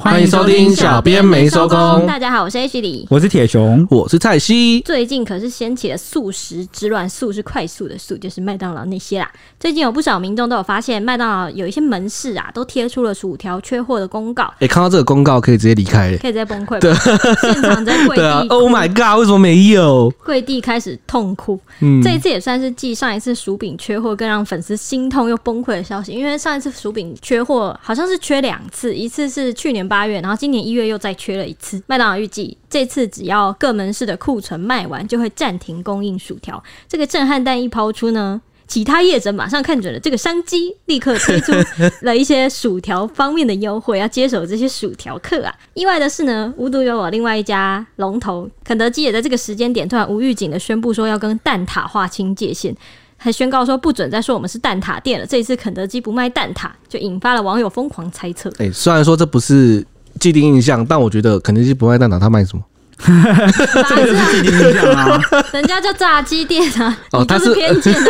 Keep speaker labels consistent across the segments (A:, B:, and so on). A: 欢迎收听小编没收工
B: 大家好，我是 H 李。
C: 我是铁 熊，
A: 我是蔡西，
B: 最近可是掀起了素食之乱，素是快速的素，就是麦当劳那些啦。最近有不少民众都有发现，麦当劳有一些门市啊，都贴出了薯条缺货的公告，
A: 哎、看到这个公告可以直接离开了。
B: 可以直接崩溃吧，现场在 跪
A: 对啊
B: 地，
A: ，Oh my god，为什么没有？
B: 跪地开始痛哭。
A: 嗯，
B: 这一次也算是继上一次薯饼缺货更让粉丝心痛又崩溃的消息，因为上一次薯饼缺货好像是缺两次，一次是去年八月，然后今年一月又再缺了一次。麦当劳预计这次只要各门市的库存卖完，就会暂停供应薯条。这个震撼弹一抛出呢。其他业者马上看准了这个商机，立刻推出了一些薯条方面的优惠，要啊接手这些薯条客啊。意外的是呢，无独有偶，啊另外一家龙头肯德基也在这个时间点突然无预警的宣布说要跟蛋挞划清界限。还宣告说不准再说我们是蛋挞店了。这一次肯德基不卖蛋挞，就引发了网友疯狂猜 测。
A: 哎、虽然说这不是既定印象，但我觉得肯德基不卖蛋挞，他卖什么？
B: 哪知道
C: 这个印象啊。
B: 人家叫炸鸡店啊，
A: 哦
B: 你
A: 他
B: 就
A: 是
B: 偏 见啊，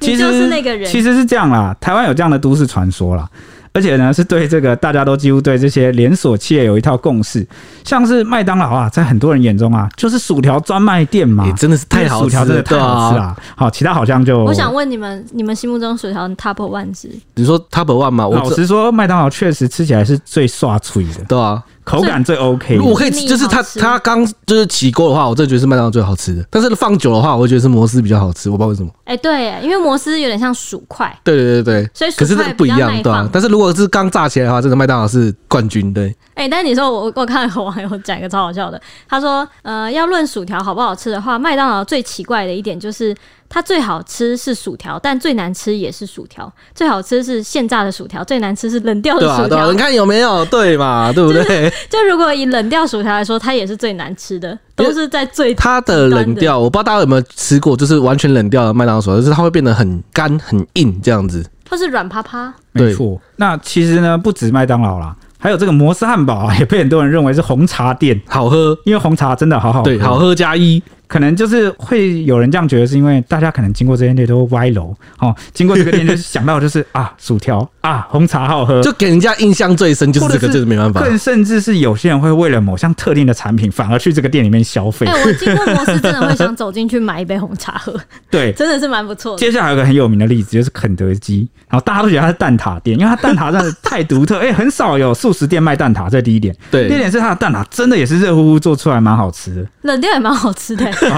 B: 你就是那个人
C: 其。实是这样啦，台湾有这样的都市传说啦。而且呢，是对这个大家都几乎对这些连锁企业有一套共识，像是麦当劳啊，在很多人眼中啊，就是薯条专卖店
B: 啊
C: 嘛，
A: 哎真的是太好吃了
C: 薯条真的太好吃
A: 对啊
C: 啦。好，其他好像
A: 哦
C: 就
B: 我想问你们，你们心目中薯条的 top one 是
A: 你说 Top One 吗？
C: 老
A: 我这
C: 实说，麦当劳确实吃起来是最刷脆的，
A: 对啊，
C: 口感最 OK
A: 如
C: 的
A: 果我可以
B: 腻，
A: 就是他
B: 好吃
A: 他刚就是起锅的话，我真的觉得是麦当劳最好吃的。但是放久的话，我会觉得是摩斯比较好吃，我不知道为什么。
B: 哎、对，因为摩斯有点像薯块，
A: 对对对对，
B: 所以薯
A: 可是
B: 块
A: 不一
B: 比较
A: 样
B: 耐，
A: 对啊
B: 放。
A: 但是如果是刚炸起来的话，真的麦当劳是冠军，对。
B: 哎、但是你说我我看了有网友讲一个超好笑的，他说，呃，要论薯条好不好吃的话，麦当劳最奇怪的一点就是，它最好吃是薯条，但最难吃也是薯条。最好吃是现炸的薯条，最难吃是冷掉的
A: 对啊，
B: 薯
A: 对
B: 条。
A: 啊，你看有没有对嘛？对不对？
B: 就如果以冷掉薯条来说，它也是最难吃的，都是在最
A: 它的冷掉，我不知道大家有没有吃过，就是完全冷掉的麦当劳薯条，就是它会变得很干、很硬这样子。
B: 它是软趴趴。
C: 没错。那其实呢，不止麦当劳啦，还有这个摩斯汉堡啊，也被很多人认为是红茶店，
A: 好喝，
C: 因为红茶真的好好喝
A: 对，好喝加一。
C: 可能就是会有人这样觉得，是因为大家可能经过这间店都会歪楼哦，经过这个店就是想到就是 啊，薯条啊，红茶好喝，
A: 就给人家印象最深就是
C: 或
A: 这
C: 者
A: 个，
C: 是
A: 就是没办法。
C: 更甚至是有些人会为了某项特定的产品，反而去这个店里面消费
B: 哎、。我经过摩斯真的会想走进去买一杯红茶喝，
C: 对，
B: 真的是蛮不错的。
C: 接下来有个很有名的例子就是肯德基，然后大家都觉得它是蛋挞店，因为它蛋挞真的太独 特，哎、很少有素食店卖蛋挞，这是第一点。第二
A: 对，
C: 点是它的蛋挞真的也是热乎乎做出来，蛮好吃的。
B: 冷掉也蛮好吃的、
C: 哦对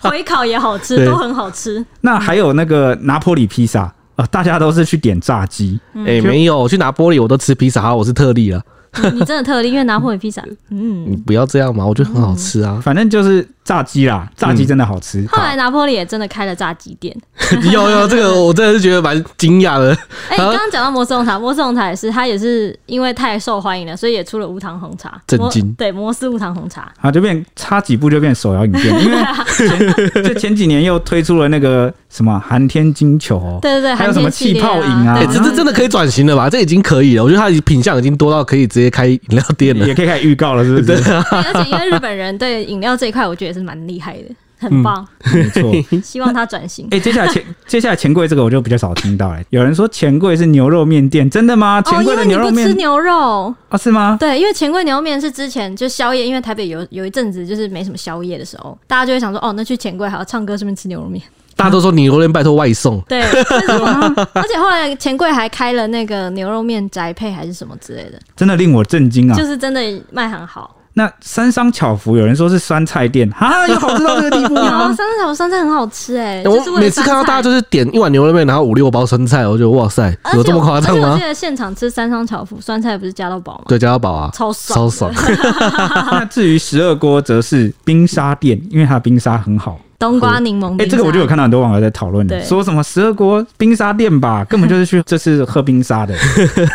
B: 回烤也好吃，
A: 啊对
B: 都很好吃。
C: 那还有那个拿坡里披萨。呃，大家都是去点炸鸡，
A: 哎，没有，我去拿玻璃我都吃披萨，好我是特例了。
B: 你你真的特例，因为拿破仑披萨，嗯。
A: 你不要这样嘛，我觉得很好吃啊。
C: 反正就是炸鸡啦，炸鸡真的好吃。
B: 后来拿破仑也真的开了炸鸡 店。
A: 啊 有有，这个我真的是觉得蛮惊讶的。
B: 哎、你刚刚讲到摩斯红茶，摩斯红茶也是，它也是因为太受欢迎了，所以也出了无糖红茶。
A: 震
B: 摩
A: 惊
B: 对，摩斯无糖红茶。
C: 好，就变差几步就变手摇饮店，因为前 就前几年又推出了那个什么寒天金球、哦，
B: 对对对，
C: 还有什么
B: 寒天系列
C: 气泡饮啊
B: 对
C: 欸
A: 哎，这这真的可以转型了吧？这已经可以了，我觉得它的品相已经多到可以直接开饮料店了
C: 也。可以开始预告了，是不是？
B: 对啊而且因为日本人对饮料这一块，我觉得也是蛮厉害的，很 棒，
C: 没错。
B: 希望他转型。
C: 嗯哎、接下来钱接下来钱柜这个我就比较少听到、哎，有人说钱柜是牛肉面店，真的吗？
B: 哦，
C: 钱
B: 因
C: 柜的
B: 为你
C: 牛肉
B: 不
C: 面
B: 吃牛肉，
C: 啊，是吗？
B: 对，因为钱柜牛肉面是之前就宵夜，因为台北有有一阵子就是没什么宵夜的时候，大家就会想说，哦，那去钱柜还要唱歌，顺便吃牛肉面。
A: 大家都说你牛肉面拜托外送，
B: 对，但是我而且后来钱柜还开了那个牛肉面宅配还是什么之类的，
C: 真的令我震惊啊！
B: 就是真的卖很好。
C: 那三商巧福有人说是酸菜店，哈，有好吃到这个地步
B: 然
C: 吗？
B: 后啊三菜小酸菜很好吃哎、
A: 我
B: 就是为了
A: 每次看到
B: 酸菜
A: 大家就是点一碗牛肉面，然后五六包生菜，我觉得哇塞，
B: 而且
A: 有这么夸张
B: 而且我
A: 吗
B: 记？得现场吃三商巧福酸菜不是加到饱吗？
A: 对，加到饱啊，
B: 超
A: 超
B: 爽
A: 爽。
C: 那至于十二锅则是冰沙店，因为它的冰沙很好。
B: 冬瓜柠檬冰
C: 哎、
B: 沙。
C: 这个我就有看到很多网友在讨论的，
B: 对
C: 说什么十二锅冰沙店吧，根本就是去这是喝冰沙 的。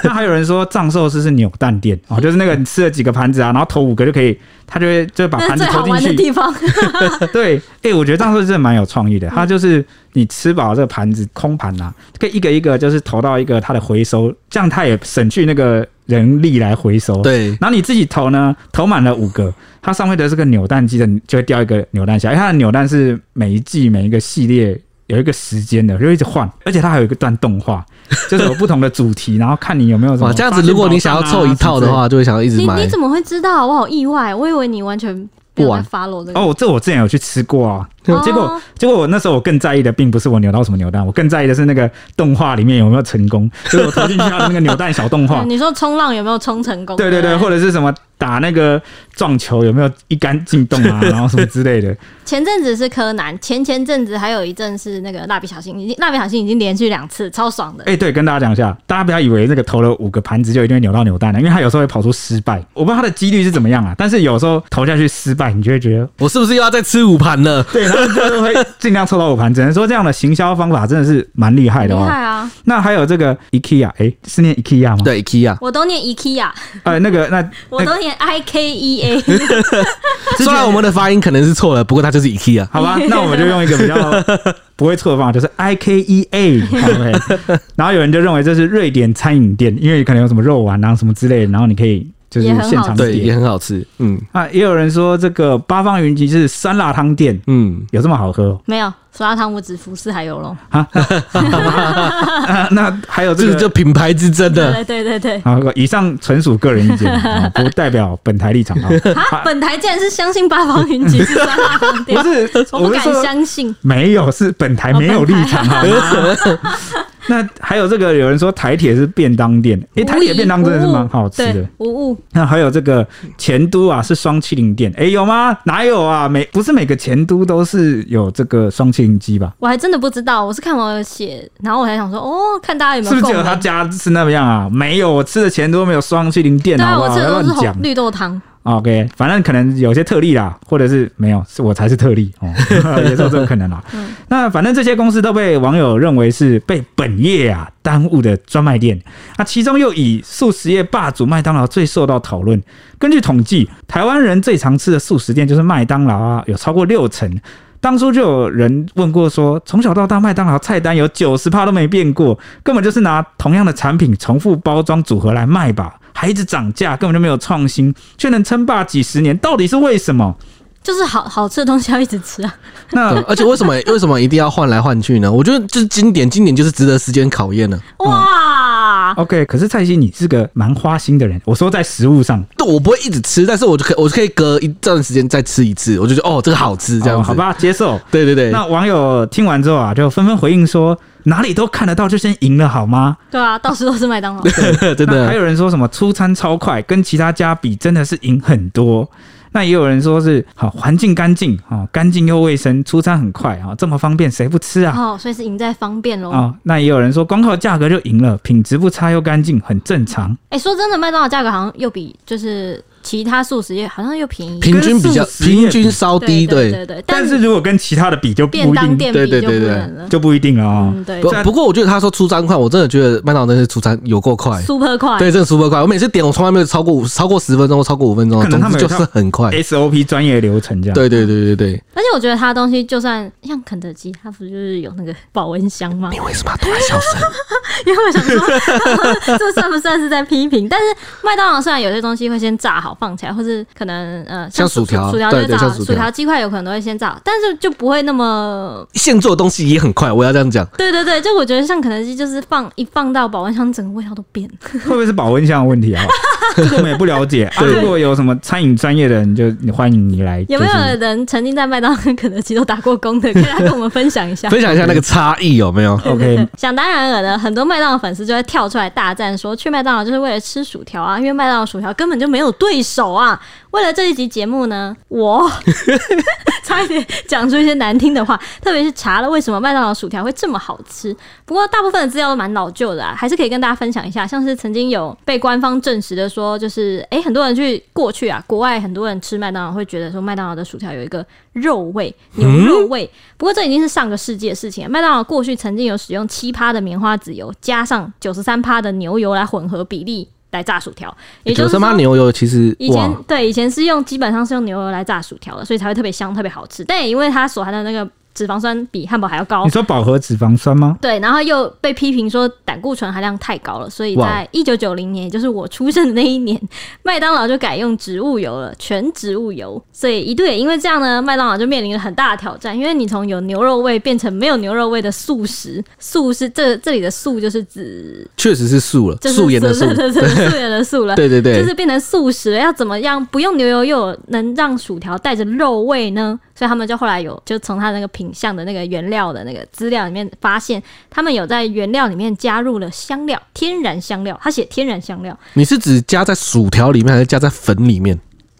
C: 那还有人说藏寿司是扭蛋店哦，就是那个你吃了几个盘子啊，然后投五个就可以，他就会就把
B: 那
C: 盘
B: 是
C: 子
B: 最好
C: 投
B: 玩的
C: 进去。
B: 地方，
C: 对，哎、我觉得藏寿司真的蛮有创
B: 嗯
C: 意的，它就是你吃饱这个盘子空盘啊，可以一个一个就是投到一个它的回收，这样它也省去那个人力来回收。。
A: 对，
C: 然后你自己投呢，投满了五个，它哎上面的这个扭蛋机的就会掉一个扭蛋下来，因为它的扭蛋是每一季每一个系列有一个时间的，我就一直换，而且它还有一个段动画， 就是有不同的主题，然后看你有没有什么
A: 哇，
C: 发
A: 这
C: 现
A: 样
C: 宝藏啊。
A: 子如果你想要凑一套
C: 什么之
A: 的
C: 类，
A: 话，就会想要一直
B: 你
A: 买
B: 你。怎么会知道？啊我好意外，我以为你完全
A: 不
B: 没有在
A: 玩
B: follow 这个。
C: 哦，这我之前有去吃过啊，
B: 哦
C: 结果结果我那时候我更在意的并不是我扭到什么扭蛋，我更在意的是那个动画里面有没有成功，所以我投进去它的那个扭蛋小动画
B: 嗯，你说冲浪有没有冲成功？
C: 对对对，
B: 不
C: 或者是什么打那个撞球有没有一杆进洞 啊，然后什么之类的。
B: 前阵子是柯南，前前阵子还有一阵是那个蜡笔小新，已经蜡笔小新已经连续两次，超爽的。
C: 哎、对，跟大家讲一下，大家不要以为那个投了五个盘子就一定会扭到扭蛋的，因为它有时候会跑出失败，我不知道它的几率是怎么样啊，但是有时候投下去失败，你就会觉 得。
A: 我是不是又要再吃五盘了？
C: 对，他们就是会尽量凑到五盘，只能说这样的行销方法真的是蛮厉害
B: 厉
C: 的哦。
B: 害啊！
C: 那还有这个 IKEA，哎、是念 IKEA 吗？，
A: 对，IKEA。
B: 我都念 IKEA，
C: 呃，那个那
B: 我都念
C: 哎
B: I K E A，
A: 虽然我们的发音可能是错了，不过它就是 IKEA。
C: 好 吧，那我们就用一个比较不会错的方法，就是 I K E A。OK，然 后有人就认为这是瑞典餐饮店，因为可能有什么肉丸啊什么之类的，然后你可以就是
B: 也很好
C: 现场
B: 吃
A: 对，也
C: 点。
A: 很好吃。嗯
C: 啊，也有人说这个八方云集是酸辣汤店，
A: 嗯，
C: 有这么好喝 哦
B: 没有酸辣汤，我只服四海游龙。
C: 啊？那还有这
A: 这
C: 个
A: 个就品牌之争啊的。
B: 对对对对，
C: 好，以上纯属个人意 见，啊不代表本台立场 啊。
B: 啊！本台竟然是相信八方云集是酸辣汤店
C: 不，是，
B: 我
C: 是
B: 不敢
C: 说
B: 相信。
C: 没有，是本台没有立场好吗？ 那还有这个，有人说台铁是便当店，诶、台铁便当真的是蛮好吃
B: 对
C: 的。，
B: 无误。
C: 那还有这个前都啊，是双麒麟店，诶、有吗？哪有啊？每不是每个前都都是有这个双麒麟鸡吧？
B: 我还真的不知道，我是看网友写，然后我才想说，哦，看大家有没
C: 是不是
B: 有共
C: 只有他
B: 鸣。
C: 家是那样啊？没有，我吃的前都没有双麒麟店，
B: 对啊，
C: 好不
B: 我
C: 好？
B: 吃
C: 不要
B: 的都是
C: 乱讲啊
B: 红。绿豆汤，
C: OK，反正可能有些特例啦，或者是没有，是我才是特例哦， 也是有这种可能啦。
B: 嗯
C: 那反正这些公司都被网友认为是被本业啊耽误的专卖店，那其中又以素食业霸主麦当劳最受到讨论。根据统计，台湾人最常吃的素食店就是麦当劳啊，有超过六成。当初就有人问过说，从小到大麦当劳菜单有九十趴都没变过，根本就是拿同样的产品重复包装组合来卖吧，还一直涨价，根本就没有创新，却能称霸几十年，到底是为什么？
B: 就是好好吃的东西要一直吃啊。
C: 那
A: 嗯而且为什么为什么一定要换来换去呢？我觉得就是经典，经典就是值得时间考验啊的。
C: 嗯
B: 哇，
C: OK，可是蔡西，你是个蛮花心的人。我说在食物上，
A: 对，我不会一直吃，但是我就可我就可以隔一段时间再吃一次，我就觉得哦，这个好吃，这样
C: 哦
A: 子。
C: 好，吧，接受。
A: 对对对。
C: 那网友听完之后啊，就纷纷回应说，哪里都看得到，就先赢了好吗？
B: 对啊，到处都是麦当劳。
A: 真
C: 那还
A: 的，
C: 有人说什么出餐超快，跟其他家比真的是赢很多。那也有人说是好环境干净啊，哦干净又卫生，出餐很快啊、哦这么方便谁不吃啊？
B: 哦，所以是赢在方便喽。
C: 啊、
B: 哎、
C: 那也有人说光靠价格就赢了，品质不差又干净，很正常。
B: 说真的，麦当劳价格好像又比就是其他素食业好像又便宜，
A: 平均比较
C: 跟素食业比
A: 平均稍低，
B: 对对对，
C: 但是如果跟其他的比就不一
B: 便当
C: 定，
B: 店
A: 对
B: 比
A: 对
B: 就不
A: 对对
B: 能了。
C: 就不一定了啊、
B: 嗯，对
A: 不
C: 在
A: 不过我觉得他说出餐快，我真的觉得麦当劳真的是出餐有够快，
B: ，super 快。
A: 对，真的 super 快。我每次点我从来没有超过五超过十分钟，或超过五分钟
C: 可，能
A: 总
C: 他
A: 之
C: 们有
A: 就是很快。
C: SOP 专业流程这样。
A: 对对对对对。
B: 而且我觉得它的东西就算像肯德基，它不就是有那个保温箱吗？
A: 你为什么要突然笑声？
B: 因为我想说， 这算不算是在批评？但是麦当劳虽然有些东西会先炸好放起来，或是可能呃
A: 像薯条
B: 薯条就会
A: 对对
B: 炸好，
A: 像薯
B: 薯
A: 条
B: 条鸡块有可能都会先炸好，但是就不会那么
A: 现做的东西也很快，我要这样讲。
B: 对对对，就我觉得像肯德基就是放一放到保温箱，整个味道都变了。
C: 会不会是保温箱的问题 啊？这个我们也不了解啊。
A: 对
C: 如果有什么餐饮专业的人，就欢迎你来。
B: 有没
C: 就是
B: 有人曾经在麦当劳、跟肯德基都打过工的？可以来跟我们分享一下。
A: 分享一下那个差异有没有？
C: OK，
B: 想当然了呢，很多麦当劳粉丝就会跳出来大赞说，去麦当劳就是为了吃薯条啊，因为麦当劳薯条根本就没有对手啊。为了这一集节目呢，我 差一点讲出一些难听的话，特别是查了为什么麦当劳薯条会这么好吃。不过大部分的资料都蛮老旧的、啊，还是可以跟大家分享一下，像是曾经有被官方证实的说，就是诶、很多人去过去啊，国外很多人吃麦当劳会觉得说麦当劳的薯条有一个肉味、牛肉
A: 嗯
B: 味。不过这已经是上个世纪的事情了。麦当劳过去曾经有使用七趴的棉花籽油加上九十三趴的牛油来混合比例来炸薯条，也就
A: 九
B: 是
A: 三八
B: 说
A: 牛油其实
B: 以前
A: 哇，
B: 对以前是用基本上是用牛油来炸薯条的，所以才会特别香、特别好吃。但也因为它所含的那个脂肪酸比汉堡还要高
C: 你。说饱和脂肪酸吗？
B: 对，然后又被批评说胆固醇含量太高了，所以
A: 哇
B: 在一九九零年，也就是我出生的那一年， 麦当劳就改用植物油了，全植物油。所以一度也因为这样呢，麦当劳就面临了很大的挑战，因为你从有牛肉味变成没有牛肉味的素食，素是这这里的素就是指
A: 确实是素了，
B: 就是
A: 素颜的素
B: 素，对对对素颜的素了，
A: 对对
B: 就
A: 对
B: 是，变成素食了，要怎么样不用牛油又有能让薯条带着肉味呢？所以他们就后来有就从他那个品相的那个原料的那个资料里面发现，他们有在原料里面加入了香料，天然香料，他写天然香料，
A: 你是指加在薯条里面，还是加在粉里面？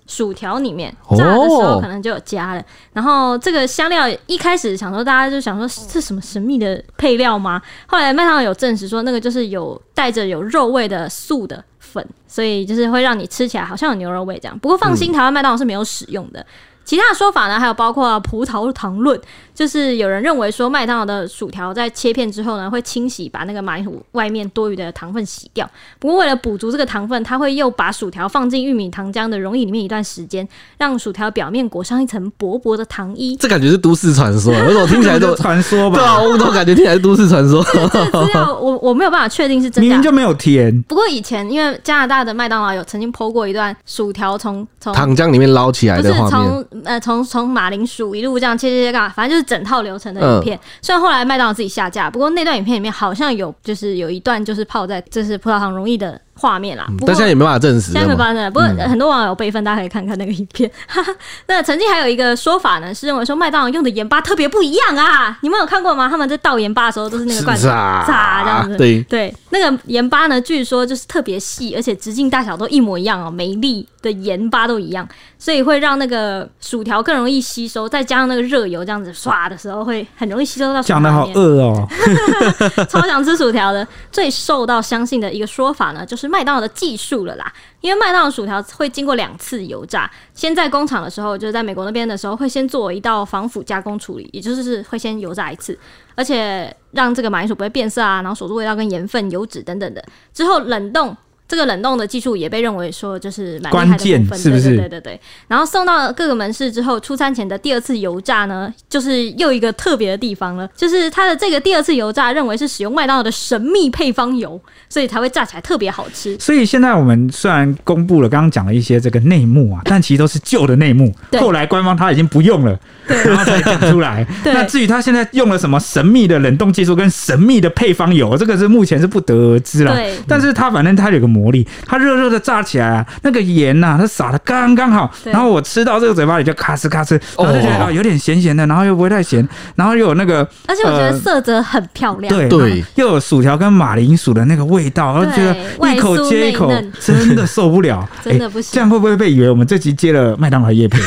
B: 薯条里面
A: 哦
B: 炸的时候可能就有加了。然后这个香料一开始想说，大家就想说这什么神秘的配料吗？后来麦当劳有证实说，那个就是有带着有肉味的素的粉，所以就是会让你吃起来好像有牛肉味这样。不过放心，台湾麦当劳是没有使用的。其他的说法呢，还有包括葡萄糖论，就是有人认为说麦当劳的薯条在切片之后呢，会清洗把那个马铃薯外面多余的糖分洗掉。不过为了补足这个糖分，它会又把薯条放进玉米糖浆的溶液里面一段时间，让薯条表面裹上一层薄薄的糖衣。
A: 这感觉是都市传说，啊为什么听起
C: 这
A: 来 都
C: 种传说
A: 对啊？
C: 吧，
A: 我怎么感觉听起来是都市传说？
B: 这个资料我我没有办法确定是真啊
C: 明
B: 假
C: 明。就没有甜，
B: 不过以前因为加拿大的麦当劳有曾经 PO 过一段薯条从从
A: 糖浆里面捞起来
B: 不
A: 的
B: 是
A: 画面，
B: 从呃从从马铃薯一路这样切切切干嘛，反正就是整套流程的影片。虽然后来麦当劳自己下架，不过那段影片里面好像有就是有一段就是泡在就是葡萄糖溶液的画面啦。不过
A: 但现在也没办法证实
B: 现在没
A: 了嘛。
B: 发生了，不过很多网友有备份，大家可以看看那个影片。 哈哈，那曾经还有一个说法呢，是认为说麦当劳用的盐巴特别不一样啊，你们有看过吗？他们在倒盐巴的时候都是那个罐头
A: 啊
B: 炸这样子。
A: 对，
B: 对，那个盐巴呢，据说就是特别细，而且直径大小都一模一样哦，每一粒的盐巴都一样，所以会让那个薯条更容易吸收，再加上那个热油这样子刷的时候，会很容易吸收到薯条
C: 讲的好
B: 里面
C: 饿哦。
B: 超想吃薯条的。最受到相信的一个说法呢，就是麦当劳的技术了啦。因为麦当劳薯条会经过两次油炸，先在工厂的时候，就是在美国那边的时候，会先做一道防腐加工处理，也就是会先油炸一次，而且让这个马铃薯不会变色啊，然后锁住味道跟盐分、油脂等等的。之后冷冻。这个冷冻的技术也被认为说就是蛮厉害的
C: 关键
B: 部分
C: 是不是
B: 对对对对对。然后送到各个门市之后，出餐前的第二次油炸呢，就是又一个特别的地方了，就是它的这个第二次油炸认为是使用麦当劳的神秘配方油，所以才会炸起来特别好吃。
C: 所以现在我们虽然公布了刚刚讲了一些这个内幕啊，但其实都是旧的内幕，
B: 对
C: 后来官方他已经不用了，然后才讲出来。
B: 对
C: 那至于他现在用了什么神秘的冷冻技术跟神秘的配方油，这个是目前是不得而知啦。
B: 对
C: 但是它反正它有个魔力，它热热的炸起来啊，那个盐呐、它撒的刚刚好，
B: 对
C: 然后我吃到这个嘴巴里就咔哧咔哧，然后就觉得
A: 哦
C: 啊、有点咸咸的，然后又不会太咸，然后又有那个
B: 而且我觉得
C: 呃
B: 色泽很漂亮。
C: 对
A: 对
C: 然后又有薯条跟马铃薯的那个味道，然后觉得
B: 外
C: 一口
B: 酥
C: 接
B: 内
C: 一口
B: 嫩，
C: 真的受不了
B: ，真的不
C: 诶
B: 行
A: 哎
C: 这样会不会被以为我们这集接了麦当劳夜配？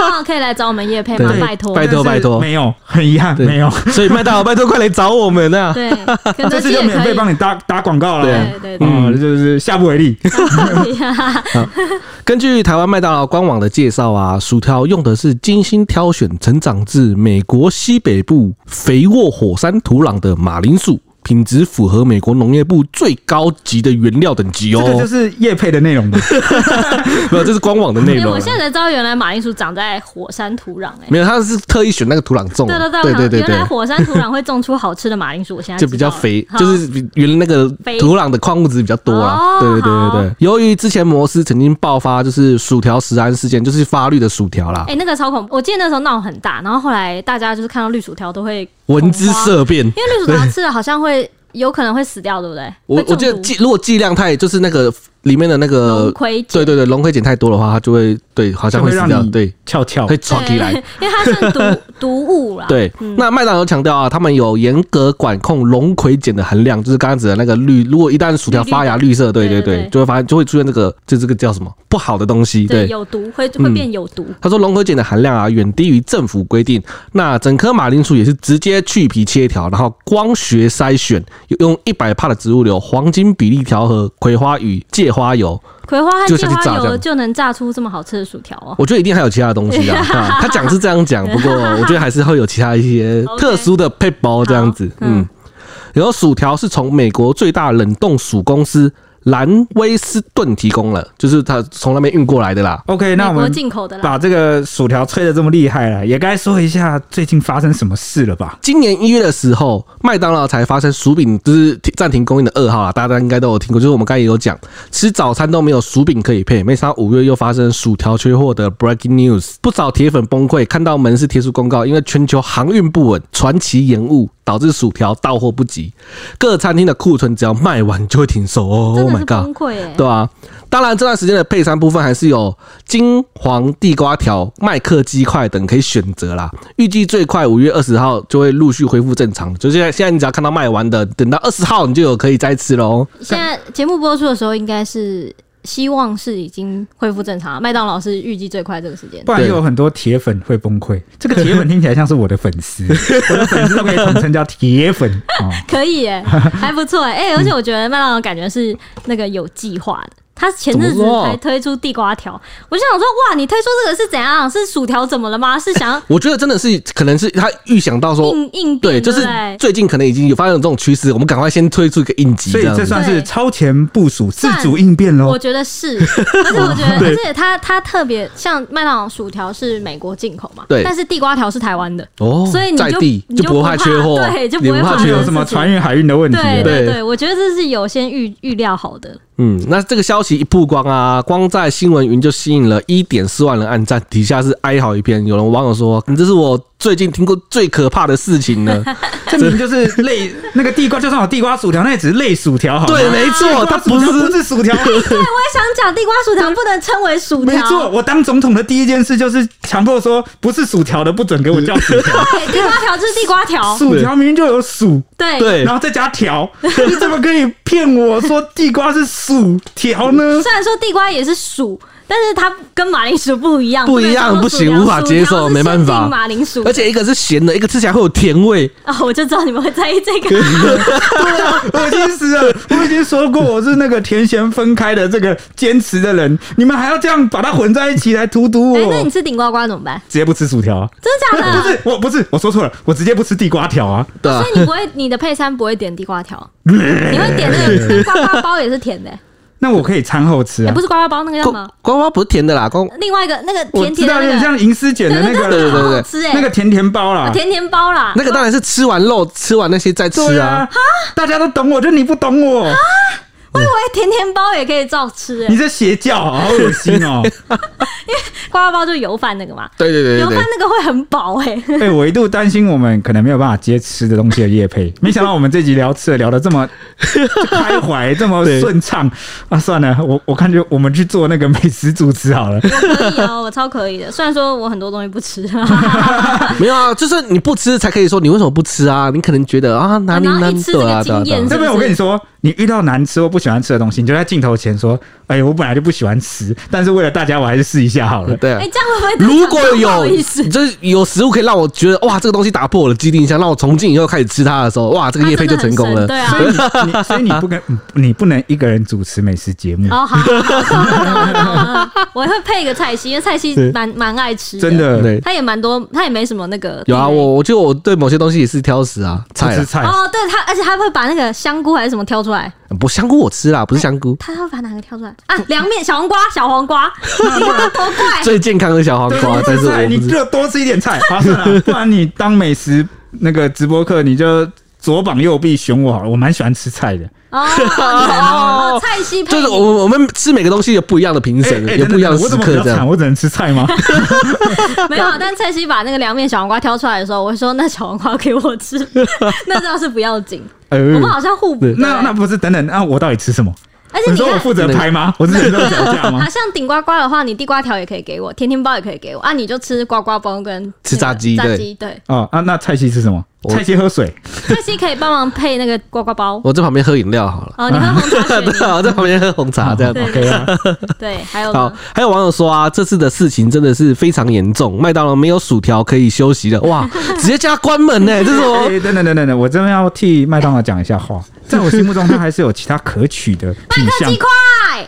B: 那可以来找我们叶配吗？
A: 对
B: 拜 托。
A: 拜托
C: 但是没有，很遗憾，
A: 对
C: 没有，
A: 所以麦当劳拜托快来找我们啊！
B: 对，肯德
C: 这次
B: 基
C: 就
B: 也
C: 免
B: 可
C: 费
B: 以。
C: 帮你打打广告了。
B: 对对对，
C: 嗯，就是下不为例。
B: 可以啊
A: 根据台湾麦当劳官网的介绍啊，薯条用的是精心挑选、成长自美国西北部肥沃火山土壤的马铃薯，品质符合美国农业部最高级的原料等级
C: 这
A: 哦。
C: 个就是夜配的内容吧？
A: 没有，这是官网的 内
B: 哎
A: 容
B: 我
A: 啊。
B: 现在才知道原来马铃薯长在火山土壤哎。
A: 没有，他是特意选那个土壤种
B: 对
A: 啊，对对
B: 对对，我想
A: 对
B: 原来
A: 对，
B: 火山土壤会种出好吃的马铃薯，我现在
A: 就比较
B: 知道了
A: 肥，
B: 好
A: 就是比原来那个
B: 肥
A: 土壤的矿物质比较多啦
B: 哦。
A: 对对对对
B: 好
A: 对。由于之前摩斯曾经爆发就是薯条食安事件，就是发绿的薯条啦
B: 哎、，那个超恐怖！我记得那时候闹很大，然后后来大家就是看到绿薯条都会
A: 闻之
B: 恐慌，
A: 色变。
B: 因为绿薯条吃了好像会有可能会死掉，对不对？
A: 我
B: 会
A: 我
B: 中
A: 记得
B: 毒
A: 剂如果剂量太就是那个里面的那
B: 龙
A: 个，
B: 葵碱
A: 对对对，龙葵碱太多的话，它就会对，好像
C: 就
A: 会
C: 会
A: 死
C: 让
A: 掉，
C: 你
A: 对，
C: 翘翘
B: 哦
A: 会，吵起 来。，
B: 因为它是 毒毒物啦。
A: 对，那麦当劳强调啊，他们有严格管控龙葵碱的含量，就是刚刚指的那个绿。如果一旦薯条发芽
B: 绿
A: 绿色，对对
B: 对对
A: 对，
B: 对
A: 就会发现就会出现这个，就这个叫什么不好的东西。
B: 对，
A: 对，嗯
B: 有毒会会变有毒。
A: 他说龙葵碱的含量啊远低于政府规定。那整颗马铃薯也是直接去皮切条，然后光学筛选，用一百帕的植物油、黄金比例调和葵花与芥花油。
B: 葵花和
A: 就下
B: 芥
A: 去炸
B: 花
A: 这
B: 油
A: 样
B: 就能炸出这么好吃的薯条哦。
A: 我觉得一定还有其他的东西 啊。啊他讲是这样讲，不过我觉得还是会有其他一些
B: OK
A: 特殊的配包这样子
B: 好。
A: 嗯
B: 嗯，
A: 然后薯条是从美国最大冷冻薯公司兰威斯顿提供了，就是他从那边运过来的啦。
C: OK，那
B: 美
C: 我
B: 国
C: 们
B: 进口的啦。
C: 把这个薯条吹的这么厉害了，也该说一下最近发生什么事了吧？
A: 今年一月的时候，麦当劳才发生薯饼就是停暂停供应的噩耗啊，大家应该都有听过，就是我们刚才也有讲，吃早餐都没有薯饼可以配，没想到五月又发生薯条缺货的 breaking news，不少铁粉崩溃，看到门市贴出公告，因为全球航运不稳，传奇延误。导致薯条到货不及，各餐厅的库存只要卖完就会停售哦。
B: 真
A: Oh
B: 的
A: my
B: 是
A: god！
B: 崩溃哎、
A: 对啊，当然这段时间的配餐部分还是有金黄地瓜条、麦克鸡块等可以选择啦。预计最快五月二十号就会陆续恢复正常，就现在现在你只要看到卖完的，等到二十号你就有可以再吃喽。
B: 现在节目播出的时候，应该是希望是已经恢复正常了。麦当劳是预计最快这个时间
C: 不。然又有很多铁粉会崩溃。这个铁粉听起来像是我的粉 丝，我的粉丝都可以统称叫铁粉哦。
B: 可以耶、还不错哎、哎、而且我觉得麦当劳感觉是那个有计划的。他前阵
A: 怎
B: 子
A: 么说
B: 还推出地瓜条，我就想说，哇，你推出这个是怎样？是薯条怎么了吗？是想要
A: 我觉得真的是可能是他预想到说，
B: 应应
A: 对，
B: 变，
A: 就
B: 对不
A: 是
B: 对？
A: 最近可能已经有发生这种趋势，我们赶快先推出一个应急
C: 所
A: 这
C: 以
A: 样
C: 这
A: 子。
C: 算是
B: 对
C: 超前部署、自
B: 算
C: 主应变喽
B: 我。觉得是，而且我觉得，而且它它特别像麦当劳薯条是美国进口嘛，
A: 对
B: 但是地瓜条是台湾的，
A: 哦，
B: 所以你就
A: 在地
B: 你就
A: 不
B: 不
A: 怕
B: 怕
A: 缺货，
B: 对就不
A: 你
B: 会
A: 怕
B: 怕
C: 没
A: 缺
C: 有
A: 货
B: 这。
C: 什么船运海运的问题
B: 对
C: 了。
A: 对
B: 对对，我觉得这是有先预预料好的，
A: 嗯，那这个消息一曝光啊，光在新闻云就吸引了一点四万人按赞，底下是哀嚎一片。有人网友说：“嗯这是我最近听过最可怕的事情 了。
C: 这明明就是类 那个地瓜，就算有地瓜薯条，那也只是类薯条，好”吗？
A: 对，没 错，它不
C: 地瓜薯条
A: 是
C: 不是薯条。
B: 哎我也想讲，地瓜薯条不能称为薯
C: 没
B: 条，
C: 错，我当总统的第一件事就是强迫说，不是薯条的不准给我叫薯 条，
B: 对，地瓜条就是地瓜条，
C: 薯条明明就有薯，
B: 对
A: 对
C: 然后再加条， 你怎么可以骗我说地瓜是薯条呢？
B: 嗯虽然说地瓜也是薯，但是它跟马铃薯不一样，
A: 不一样
B: 能叫做
A: 不
B: 薯
A: 行
B: 条
A: 无法
B: 薯
A: 接
B: 条
A: 受
B: 是
A: 没办
B: 限
A: 法
B: 定马铃薯，
A: 而且一个是咸的，一个吃起来会有甜味。
B: 哦，我就知道你们会在意这 个，
C: 恶心死了！我已经说过我是那个甜咸分开的这个坚持的人，你们还要这样把它混在一起来荼毒
B: 哎，那你
C: 我？
B: 吃顶呱呱怎么办？
C: 直接不吃薯条啊？
B: 真的假
C: 不
B: 的？
C: 是，我不是，我说错了，我直接不吃地瓜条啊！
A: 对、啊
B: 所，以你不会，你的配餐不会点地瓜条， 你会点那个那呱呱包也是甜的、欸，
C: 那我可以餐后吃
B: 哎、
C: 啊
B: 不。是呱呱包那个叫什
A: 光
B: 么？
A: 光包不是甜的啦，光
B: 另外一个那个
C: 我
B: 甜
C: 知
B: 甜
C: 道有
B: 的
C: 点
B: 那个，
C: 像银丝卷的那
B: 对
C: 个
B: 对
A: 对
B: 好
A: 对
B: 好
A: 对
B: 吃哎、
C: 那个甜甜包啦
B: 啊。甜甜包啦，
A: 那个当然是吃完肉吃完那些再吃
C: 对
A: 啊
C: 啊。，大家都懂我，就你不懂
B: 啊
C: 我，
B: 我以为甜甜包也可以照吃哎、
C: 你这邪教好恶心哦！
B: 呱呱包就油饭那个嘛，
A: 对对对
B: 油
A: 对
B: 饭
A: 对，
B: 那个会很饱哎、
C: 哎，我一度担心我们可能没有办法接吃的东西的叶配，没想到我们这集聊吃的聊得这 么开怀，这么
A: 对
C: 顺畅啊！算了，我我看就我们去做那个美食主持 好了。
B: 我可以哦，我超可以的。虽然说我很多东西不吃， 哎
A: 没有啊，就是你不吃才可以说你为什么不吃啊？你可能觉得啊哪里
B: 然后
A: 难
B: 一吃这
A: 得
B: 个
A: 啊，对啊
B: 经
A: 对啊
B: 验
C: 这边我跟你说，你遇到难吃或不喜欢吃的东西，你就在镜头前说：“哎、我本来就不喜欢吃，但是为了大家，我还是试一下好了。”
A: 对啊
B: 哎、。这样会不 会
A: 如果
B: 不好
A: 有
B: 意思，
A: 就是有食物可以让我觉得哇，这个东西打破我的既定印象，让我从今以后开始吃它的时候，哇，这个叶配就成功了
B: 啊真。的
C: 所
B: 很
C: 以你
B: 神
C: 你所以你不跟你不能一个人主持美食节目
B: 对，啊，哦好 好好好好好，我会配一个菜系，因为菜系
C: 对
B: 蛮蛮爱吃
C: 真的
A: 对，
B: 他也蛮多，他也没什么那个
A: 有啊，
B: 地雷
A: 我我觉得我对某些东西也是挑食啊，
C: 不
A: 菜
C: 吃
A: 啦
C: 菜。
B: 哦，对他，而且他会把那个香菇还是什么挑出来，
A: 不香菇我吃啦，不是香 菇，
B: 他会把哪个挑出来 啊？凉面、小黄瓜、小黄瓜，你看多怪，
A: 最健康的小黄
C: 对
A: 瓜，但是我
C: 你
A: 不是。
C: 就多吃一点菜，好算了，不然你当美食那个直播课，你就左膀右臂选我好了。我蛮喜欢吃菜的，
B: 哦哦，哦菜系配
A: 就是
B: 你
A: 我我们吃每个东西有不一样的评审，
C: 哎哎
A: 有不一样的
C: 等等等等我
A: 时
C: 怎么
A: 刻
C: 比
A: 这
C: 较惨？
A: 样。
C: 我只能吃菜吗？
B: 没有，但蔡西把那个凉面、小黄瓜挑出来的时候，我会说那小黄瓜给我吃， 那倒是不要紧。
C: 呃，
A: 嗯
B: 我们好像互补。
C: 那那不是等等，那我到底吃什么？
B: 而且
C: 你
B: 你
C: 说我
B: 看，
C: 负责拍吗？我是人肉脚架 吗
B: 好？像顶呱呱的话，你地瓜条也可以给我，甜甜包也可以给我啊，你就吃呱呱包跟那个
A: 吃炸鸡
B: 炸
A: 对
B: 鸡对。
C: 哦啊，那菜系吃什么？
A: 我
C: 菜系喝水，
B: 蔡西可以帮忙配那个呱呱包
A: 我在旁边喝饮料好 了，
B: 哦，你喝红茶雪
A: 对
B: 梨
A: 啊，我在旁边喝红茶这样。
B: 对
C: OK 啊。
B: 对，还有
A: 好
B: 呢，
A: 还有网友说啊，这次的事情真的是非常严重，麦当劳没有薯条可以休息了， 哇，直接叫他关门呢、这是我
C: 哎，等等等等等，我真的要替麦当劳讲一下话，在我心目中它还是有其他可取的品
B: 麦克
C: 相
B: 鸡。块。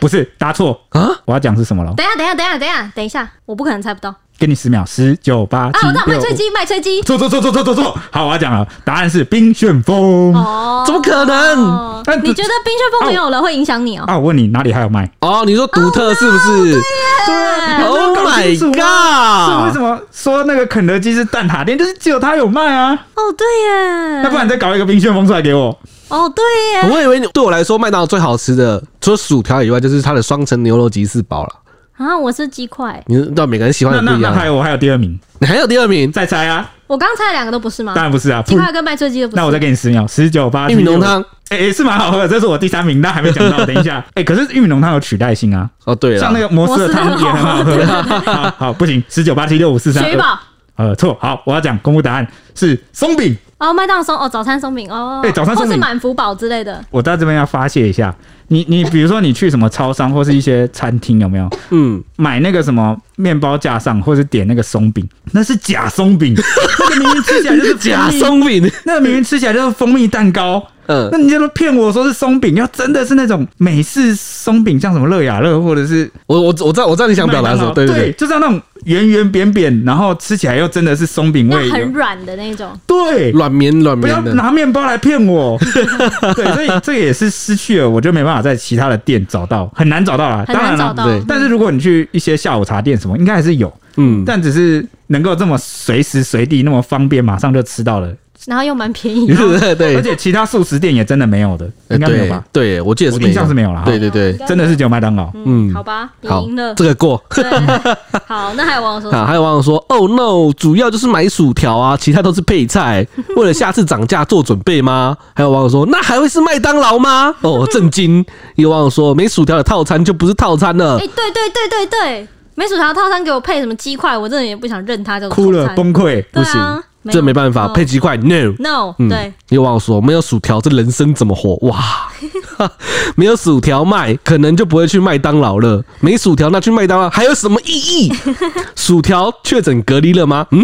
C: 不是，答错
A: 啊！
C: 我要讲是什么了？
B: 等一下，等一下，等一下，等一下，等一下，我不可能猜不到。
C: 给你十秒，十九八
B: 啊，
C: 七
B: 我知道卖
C: 六
B: 吹
C: 五。
B: 鸡，卖吹鸡。
C: 错错错错错错错！好，我要讲了，答案是冰旋风。
B: 哦，
A: 怎么可能
B: 哦
C: 但
B: 你觉得冰旋风没有了会影响你哦？
C: 啊，我问你哪里还有卖？
A: 哦，你说独特是不
C: 哦啊
A: 是？
C: 对啊
A: Oh my
C: 是
A: Oh god！
C: 为什么说那个肯德基是蛋挞店，就是只有它有卖啊？
B: 哦，对耶，
C: 要不然你再搞一个冰旋风出来给我。
B: 哦，对耶，
A: 我以为你对我来说，麦当劳最好吃的，除了薯条以外，就是它的双层牛肉吉士堡了。
B: 啊，我是鸡块，
A: 你知道每个人喜欢
C: 那
A: 的
C: 那
A: 不一
C: 那还
A: 样。啊
C: 有我还有第二名，
A: 你还有第二名，
C: 再猜啊？
B: 我刚猜的两个都不是吗
C: 当？然不是啊，
B: 鸡
C: 不
B: 块跟麦脆鸡都不是。
C: 那我再给你十秒，十九八
A: 玉米浓，汤。
C: 哎、也是蛮好喝的，这是我第三名，但还没讲 到，等一下，哎、可是玉米浓汤有取代性啊，
A: 哦，对
C: 像那
A: 了，
C: 个摩斯的汤
B: 摩斯
C: 也
B: 的啊
C: 很好喝。 好好，不行，十九八七六五四三，
B: 雪宝
C: 呃，错，好，我要讲公布答案是松饼。
B: 哦，麦当劳松哦，早餐松饼哦，
C: 哎早餐松饼
B: 或是满福堡之类的，
C: 我在这边要发泄一下，你你比如说你去什么超商或是一些餐厅有没有
A: 嗯，
C: 买那个什么面包架上，或是点那个松饼，那是假松饼，那个明明吃起来就是
A: 假
C: 松。
A: 松饼，
C: 那明明吃起来就是蜂蜜蛋糕，
A: 嗯
C: 那，你这都骗我说是松饼，要真的是那种美式松饼，像什么乐雅乐或者是
A: 我我我知道我知道你想表达什
C: 麦
A: 么，
C: 当劳
A: 对
C: 对
A: 对
C: 就是要那种圆圆扁扁，然后吃起来又真的是松饼
B: 那
C: 味，
B: 很软的那种。
C: 对
A: 对，，软绵软
C: 不要
A: 绵的，
C: 拿面包来骗我， 对，所以这个也是失去了，我就没办法在其他的店找到，很难找到啦，
B: 很
C: 当然
B: 难找
C: 了。
B: 到嗯
A: 对，
C: 但是如果你去一些下午茶店什么，应该还是有，
A: 嗯，
C: 但只是能够这么随时随地那么方便，马上就吃到了，
B: 然后又蛮便宜的，
A: 对
C: 而
A: 对
C: 且其他素食店也真的没有的，应该没有
A: 对
C: 吧？
A: 对，我记得是
C: 我
A: 没
C: 印象是
A: 有，
C: 没有啦，哈
A: 对对对，
B: 对
C: 真的是只有麦当劳。
A: 嗯
B: 嗯，好吧，你
A: 好
B: 赢了，
A: 这。个过。
B: 对，好，那还有网友说什
A: 啊，
B: 么？
A: 还有网友说：“Oh no，主要就是买薯条啊，其他都是配 菜。为了下次涨价做准备吗？”还有网友说：“那还会是麦当劳吗？”哦，震惊！有网友说：“没薯条的套餐就不是套餐了
B: 哎、。对对对对对，美薯条套餐给我配什么鸡块，我真的也不想认它叫做
C: 哭了
B: 套，餐
C: 崩溃，
B: 对
C: 不
B: 啊
C: 行。
B: 没”有
A: 这没办法，
B: no
A: 配鸡块 no。
B: no，、
A: 嗯
B: 对，，
A: 有网友说：“没有薯条，这人生怎么活？” 哇，没有薯条卖，可能就不会去麦当劳了。没薯条，那去麦当劳还有什么意 义？薯条确诊隔离了吗？嗯，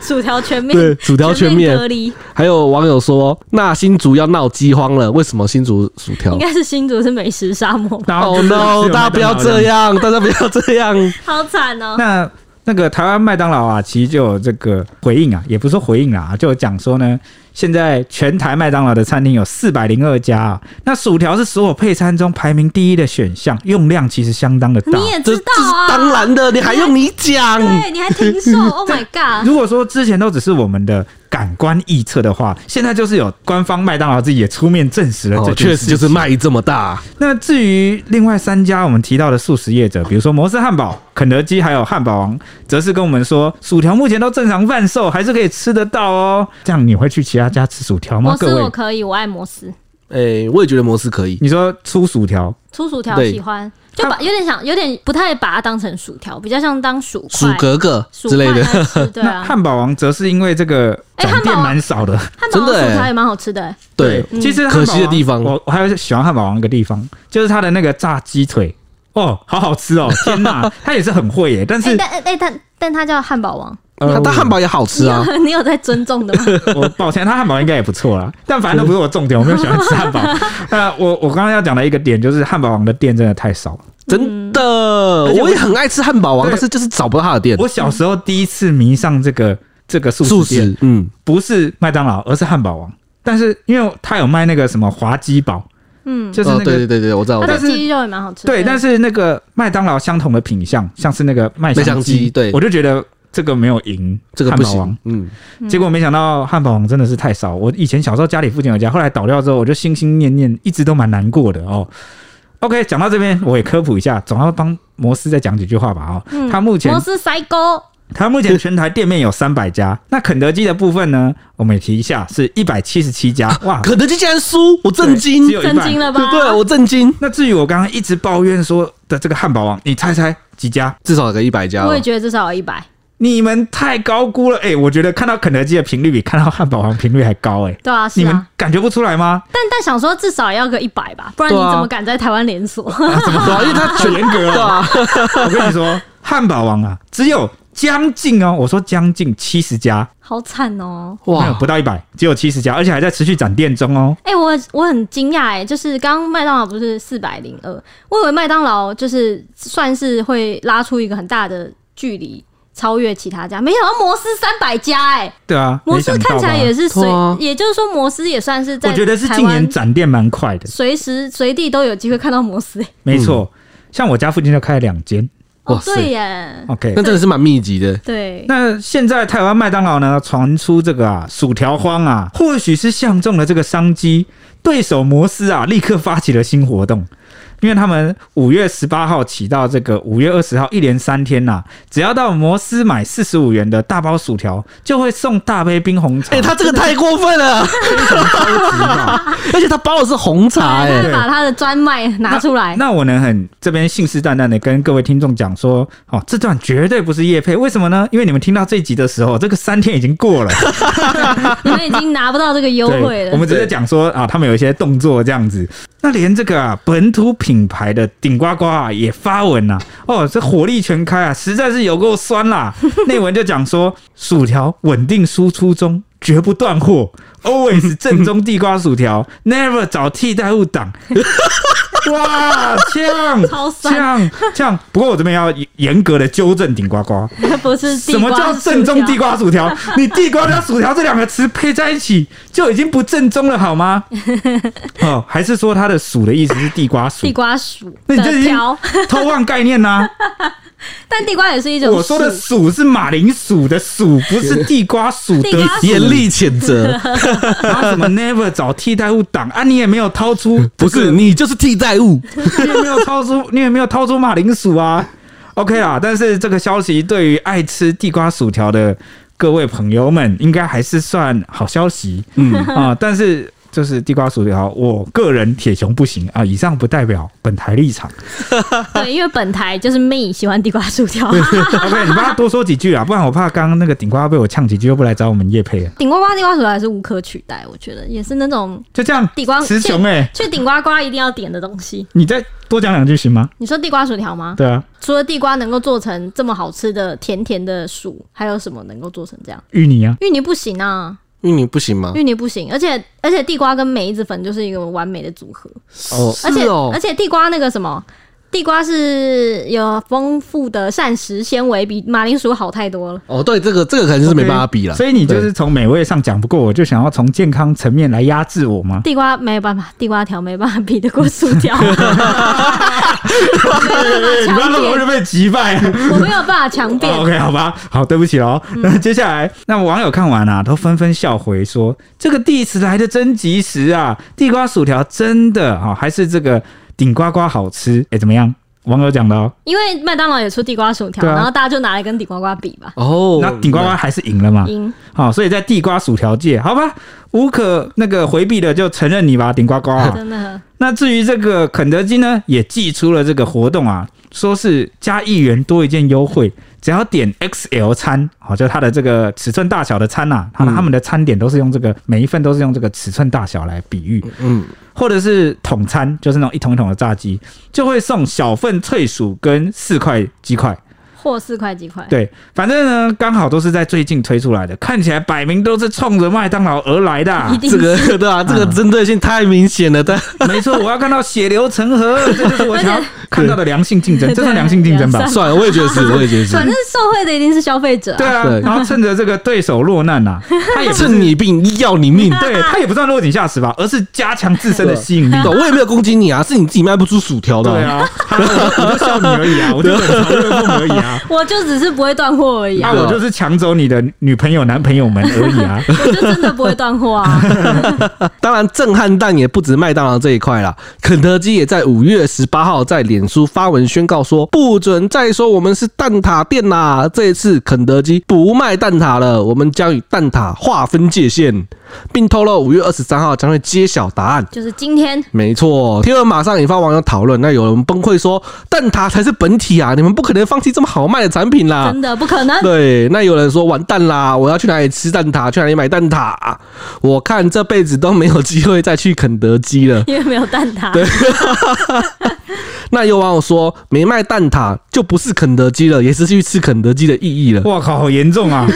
B: 薯条全面，
A: 对薯条全面
B: 隔离，
A: 还有网友说，那新竹要闹饥荒了，为什么新竹薯条
B: 应？该是新竹是美食沙漠，
C: 然后
A: 哦
C: 啊就是只有
A: no！
C: 麦当劳
A: 大家不要这
C: 样。
A: 样， 大家不要这样。
B: 好惨哦、
C: 那那个台湾麦当劳啊，其实就有这个回应啊，也不是回应啊，就有讲说呢，现在全台麦当劳的餐厅有四百零二家啊，那薯条是所有配餐中排名第一的选项，用量其实相当的大。
B: 你也
A: 这 这
B: 知
A: 是
B: 道啊，
A: 当然的，你还用你讲？
B: 对，你还停售，Oh my god！
C: 如果说之前都只是我们的感官臆测的话，现在就是有官方麦当劳自己也出面证实了这
A: 哦，
C: 件
A: 确
C: 事
A: 实
C: 情
A: 就是卖这么大。
C: 那至于另外三家我们提到的素食业者，比如说摩斯汉堡、肯德基还有汉堡王，则是跟我们说，薯条目前都正常贩售，还是可以吃得到哦。这样你会去其他家吃薯条吗
B: 摩？
C: 各
B: 斯我
C: 位，
B: 可以，我爱摩斯，
A: 哎，我也觉得摩斯可以。
C: 你说粗薯条，
B: 粗薯条
A: 对
B: 喜欢，就把有点想，有点不太把它当成薯条，比较像当薯
A: 薯
B: 块、
A: 格格
B: 薯
A: 之
B: 块
A: 类的，
B: 来吃，对
C: 那
B: 啊，
C: 汉堡王则是因为这个
B: 哎
C: 展
B: 汉
C: 店
B: 堡王
C: 蛮少的，
B: 汉堡
A: 真的
B: 的
A: 欸
B: 薯条也蛮好吃的、欸，
A: 对，
B: 嗯
C: 其实汉堡
A: 可
C: 王
A: 惜的地方
C: 我我还有喜欢汉堡王一个地方，就是它的那个炸鸡腿。哦，好好吃哦！天 哪，它也是很会耶，但
B: 哎、
C: 是
B: 但哎、但但它叫汉堡王，
C: 嗯
A: 它它汉堡也好吃啊
B: 你。 有你有在尊重的吗？
C: 我抱歉，他汉堡应该也不错啦，但反正都不是我重点，我没有喜欢吃汉堡。那我我刚刚要讲的一个点就是汉堡王的店真的太少了。
A: 真的，
C: 而且我
A: 我也很爱吃汉堡王，
C: 对
A: 但是就是找不到他的店。
C: 我小时候第一次迷上这个这个素
A: 素
C: 食店，
A: 食，嗯，
C: 不是麦当劳，而是汉堡王。但是因为他有卖那个什么滑鸡堡，
B: 嗯，
C: 就是
A: 哦，
C: 那
A: 对
C: 个、哎
A: 对对对，我知道，我
B: 它
A: 知
B: 的
A: 道。
C: 但是
B: 鸡肉也蛮好吃的，
C: 对，但
B: 是
C: 是那个麦当劳相同的品相，像是那个麦
A: 麦香鸡
C: 鸡，
A: 对
C: 我就觉得这个没有赢
A: 这个
C: 汉
A: 不
C: 堡王
A: 行。，嗯，
C: 结果没想到汉堡王真的是太少。我以前小时候家里附近有一家，后来倒掉之后，我就心心念念，一直都蛮难过的哦。OK，讲到这边，我也科普一下，总要帮摩斯再讲几句话吧哦。
B: 嗯
C: 他目前
B: 摩斯塞沟，
C: 他目前全台店面有三百家，那肯德基的部分呢，我们也提一下，是一百七十七 家。哇，
A: 肯德基竟然输，我震惊
C: 只，有一
B: 震惊
C: 半。
B: 了吧？
A: 对我震惊，
C: 那至于我刚刚一直抱怨说的这个汉堡王，你猜猜几家？
A: 至少有个一百家吧
B: 我也。觉得至少有一百，
C: 你们太高估了，哎、我觉得看到肯德基的频率比看到汉堡王频率还高、哎、
B: 对啊，是
C: 你们
B: 啊，
C: 感觉不出来吗？
B: 但但想说至少要个一百吧，不然你
A: 对啊
B: 怎么敢在台湾连锁？
C: 啊怎么
A: 对啊，因 为他
C: 好严格
A: 对
C: 哦！
A: 啊，
C: 我跟你说，汉堡王啊，只有将近哦，我说将近七十家，
B: 好惨哦！
C: 没有
A: 哇
C: 不，到一百，只有七十家，而且还在持续展店中哦。
B: 哎、我我很惊讶哎，就是刚刚麦当劳不是四百零二，我以为麦当劳就是算是会拉出一个很大的距离，超越其他家，没想到摩斯三百家哎、
C: 对啊，
B: 摩斯
C: 没想
B: 看
C: 到
B: 起
C: 吧
B: 来也是随
A: 对啊，
B: 也就是说摩斯也算是在
C: 我觉得是
B: 台
C: 近
B: 湾
C: 年展店蛮快的，
B: 随时随地都有机会看到摩斯、欸。
C: 没错。像我家附近就开了两间
B: 哦
A: 哇，塞
B: 对耶，
C: ，OK
A: 那。真的是蛮密集的。
B: 对，
C: 那现在台湾麦当劳呢，传出这个啊薯条荒啊，或许是相中了这个商机，对手摩斯啊，立刻发起了新活动。因为他们五月十八号起到这个五月二十号，一连三天呐、只要到摩斯买四十五元的大包薯条，就会送大杯冰红茶。啊
A: 哎、他这个太过分 了，
C: 知道
A: 而且他包的是红茶、
B: 他
A: 哎，
B: 就把他的专卖拿出来，
C: 那我能很这边信誓旦旦的跟各位听众讲说，哦，这段绝对不是叶配，为什么呢？因为你们听到这一集的时候，这个三天已经过了，
B: 你们已经拿不到这个优惠
C: 对，
B: 了。
C: 我们只是讲说啊，他们有一些动作这样子。那连这个啊本土品牌的顶呱呱啊也发文啊，哦，这火力全开啊，实在是有够酸 啦。内文就讲说，薯条稳定输出中。绝不断货，always 正宗地瓜薯 条，never 找替代物挡。哇，呛！
B: 超酸，
C: 像像，不过我这边要严格的纠正顶呱呱，
B: 不是地
C: 什么
B: 瓜
C: 叫
B: 是
C: 正宗
B: 薯
C: 地
B: 条？
C: 瓜薯 条？你地瓜加薯条这两个词配在一起就已经不正宗了，好 吗？哦，还是说它的“薯”的意思是地瓜薯
B: 地？瓜薯
C: 那你这
B: 的
C: 已经
B: 条，
C: 偷换概念呐、
B: 但地瓜也 是一种
C: 我说的“薯”
B: 薯
C: 是马铃薯的“薯”，不是地瓜薯的
B: 地瓜
C: 薯
A: 严厉谴责，
C: 然后什么 never 找替代物挡啊，你也没有掏出，
A: 不是你就是替代物。
C: 你也没有掏出， 你也没有掏出马铃薯啊。OK 啦，但是这个消息对于爱吃地瓜薯条的各位朋友们，应该还是算好消息
A: 嗯，
C: 啊、但是就是地瓜薯条，我个人铁熊不行啊。以上不代表本台立 场。
B: 对，因为本台就是 me 喜欢地瓜薯条。
C: OK，你帮他多说几句啊，不然我怕刚刚那个顶呱被我呛几句，又不来找我们叶配啊了。
B: 顶呱呱地瓜薯条还是无可取代，我觉得也是那种
C: 就这样，
B: 地瓜
C: 词穷哎、
B: 去顶呱呱一定要点的东西。
C: 你再多讲两句行吗？
B: 你说地瓜薯条吗？
C: 对啊，
B: 除了地瓜能够做成这么好吃的甜甜的薯，还有什么能够做成这样？
C: 芋泥啊，
B: 芋泥不行啊，
A: 芋泥不行吗？
B: 芋泥不行，而且而且地瓜跟梅子粉就是一个完美的组合，
A: 哦，
B: 而且、
A: 是哦
B: 而，且地瓜那个什么，地瓜是有丰富的膳食纤维，比马铃薯好太多了。
A: 哦，对，这个这个肯定是没办法比了。
C: 所以你就
A: 对
C: 是从美味上讲不过我，就想要从健康层面来压制我吗？
B: 地瓜没有办法，地瓜条没办法比得过薯 条，
C: 你不要那么容易被击败。
B: 我没有办法强辩。
C: 哦 OK，好吧，好，对不起喽。那 接下来，那网友看完啊，都纷纷笑回说：“这个 diss 来的真及时啊，地瓜薯条真的哈、哦，还是这个顶呱呱好吃。”哎，怎么样？网友讲的哦，
B: 因为麦当劳也出地瓜薯条，
C: 对啊
B: 然后大家就拿来跟顶呱呱比吧，
A: 哦，
C: 那顶呱呱还是赢了嘛？
B: 赢、
C: 好、所以在地瓜薯条界，好吧，无可那个回避的就承认你吧，顶呱呱、啊。
B: 真的
C: 那至于这个肯德基呢，也寄出了这个活动啊，说是加一元多一件优惠，只要点 XL 餐，好、就它的这个尺寸大小的餐呐、啊，它的
A: 嗯
C: 他们的餐点都是用这个每一份都是用这个尺寸大小来比喻，
A: 嗯，
C: 或者是桶餐，就是那种一桶一桶的炸鸡，就会送小份脆薯跟四块鸡块。
B: 或四块几块。
C: 对，
A: 哎
C: 反正呢，刚好都是在最近推出来的，看起来摆明都是冲着麦当劳而来的啊、
B: 一定
A: 这个 对啊，这个针对性太明显了，但
C: 没错，我要看到血流成河，这就是我想要看到的良性竞争，
B: 对
C: 这算良性竞争吧
B: 对？
A: 算了，我也觉得 是，我也觉得
B: 反
A: 是，
B: 正受惠的一定是消费者、啊。
C: 对啊
A: 对，
C: 然后趁着这个对手落难 呐、他也不是
A: 趁你病要你命。
C: 对他也不算落井下石吧，而是加强自身的吸 引力。
A: 对，我也没有攻击你啊，是你自己卖不出薯条的、
C: 对
A: 啊。
C: 啊，他我就笑你而 已啊，我就冷嘲热讽而已啊。
B: 我就只是不会断货而已、
C: 那、
B: 啊，
C: 啊、我就是抢走你的女朋友、男朋友们而已啊！
B: 我就真的不会断货 啊！
A: 当然，震撼弹也不止麦当劳这一块啦，肯德基也在五月十八号在脸书发文宣告说，不准再说我们是蛋挞店啦，这一次肯德基不卖蛋挞了，我们将与蛋挞划分界限，并透露五月二十三号将会揭晓答案。
B: 就是今天
A: 没错，贴文马上引发网友讨论，那有人崩溃说，蛋挞才是本体啊，你们不可能放弃这么好卖的产品
C: 啊
A: 啦。
B: 真的不可 能，
A: 对，那有人说完蛋啦，我要去哪里吃蛋挞？去哪里买蛋挞？我看这辈子都没有机会再去肯德基了。
B: 因为没有蛋挞，
A: 那有网友说，没卖蛋挞就不是肯德基了，也失去吃肯德基的意义了。
C: 哇靠，好严重 啊！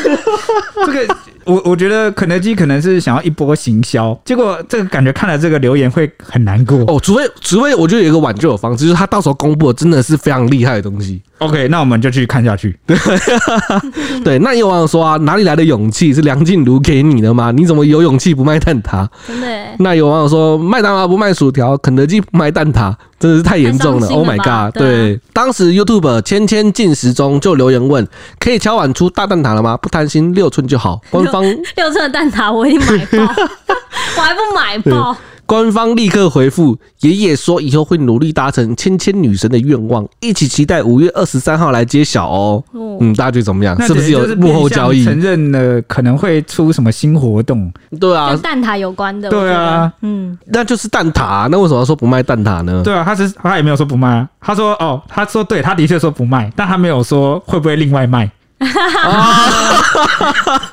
C: 这个我我觉得肯德基可能是想要一波行销，结果这个感觉看了这个留言会很难过。
A: 哦哦，除非除非我觉得有一个挽救的方式，就是他到时候公布的真的是非常厉害的东西，
C: OK，那我们就去看下去。
A: 对，那也有网友说啊，哪里来的勇气？是梁静茹给你的吗？你怎么有勇气不卖蛋挞？
B: 真的欸。
A: 那有网友说，麦当劳不卖薯条，肯德基不卖蛋挞，真的是太严重了。
B: 太伤
A: Oh
B: 心
A: my
B: 了吧
A: god！
B: 对
A: 对，当时 YouTube 芊芊进食中就留言问，可以敲碗出大蛋挞了吗？不贪心，六寸就好。官方
B: 六寸的蛋挞我已经 买爆，我还不买爆，
A: 官方立刻回复，爷爷说以后会努力达成芊芊女神的愿望，一起期待五月二十三号来揭晓哦。
B: 哦
A: 嗯，大家觉得怎么样？
C: 那
A: 是不是有
C: 就是
A: 幕后
C: 变相
A: 交易？
C: 承认了可能会出什么新活动？
A: 对啊
B: 跟，蛋挞有关的。我
C: 对啊
B: 觉得，嗯，
A: 那就是蛋挞、啊，那为什么要说不卖蛋挞 呢？
C: 对啊，他是他也没有说不卖啊，他说哦，他说对，他的确说不卖，但他没有说会不会另外卖。
B: 或是
A: 啊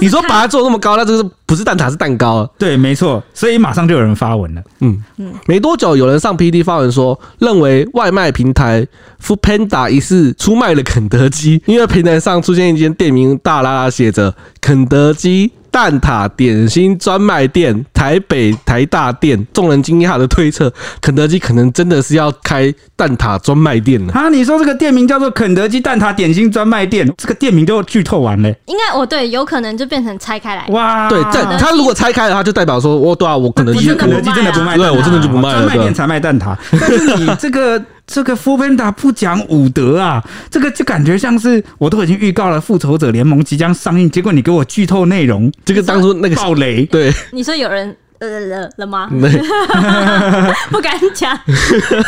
A: 你说
B: 看
A: 把它做那么高，那这个不是蛋挞是蛋糕啊？
C: 对，没错，所以马上就有人发文了。
A: 嗯，没多久有人上 PD 发文说，认为外卖平台 Food Panda 疑似出卖了肯德基，因为平台上出现一间店名大拉拉写着“肯德基蛋挞点心专卖店台北台大店”，众人惊讶的推测，肯德基可能真的是要开蛋挞专卖店了。
C: 啊，你说这个店名叫做肯德基蛋挞点心专卖店，这个店名都剧透完嘞、
B: 应该哦，对，有可能就变成拆开来。
C: 哇！
A: 对，这
B: 啊
A: 他如果拆开的话，就代表说，我对啊，我肯德
C: 不
A: 基
C: 是
B: 真的
C: 肯德基真的不卖蛋挞，啊
A: 对我真的就不卖了
C: 专卖
A: 对啊
C: 店才卖蛋挞。但是你这个这个 f o o p a n d a 不讲武德啊，这个就感觉像是我都已经预告了《复仇者联盟》即将上映，结果你给我剧透内容，
A: 这个当初那个
C: 暴雷。
A: 对。
B: 你说有人呃了 了吗？不敢讲，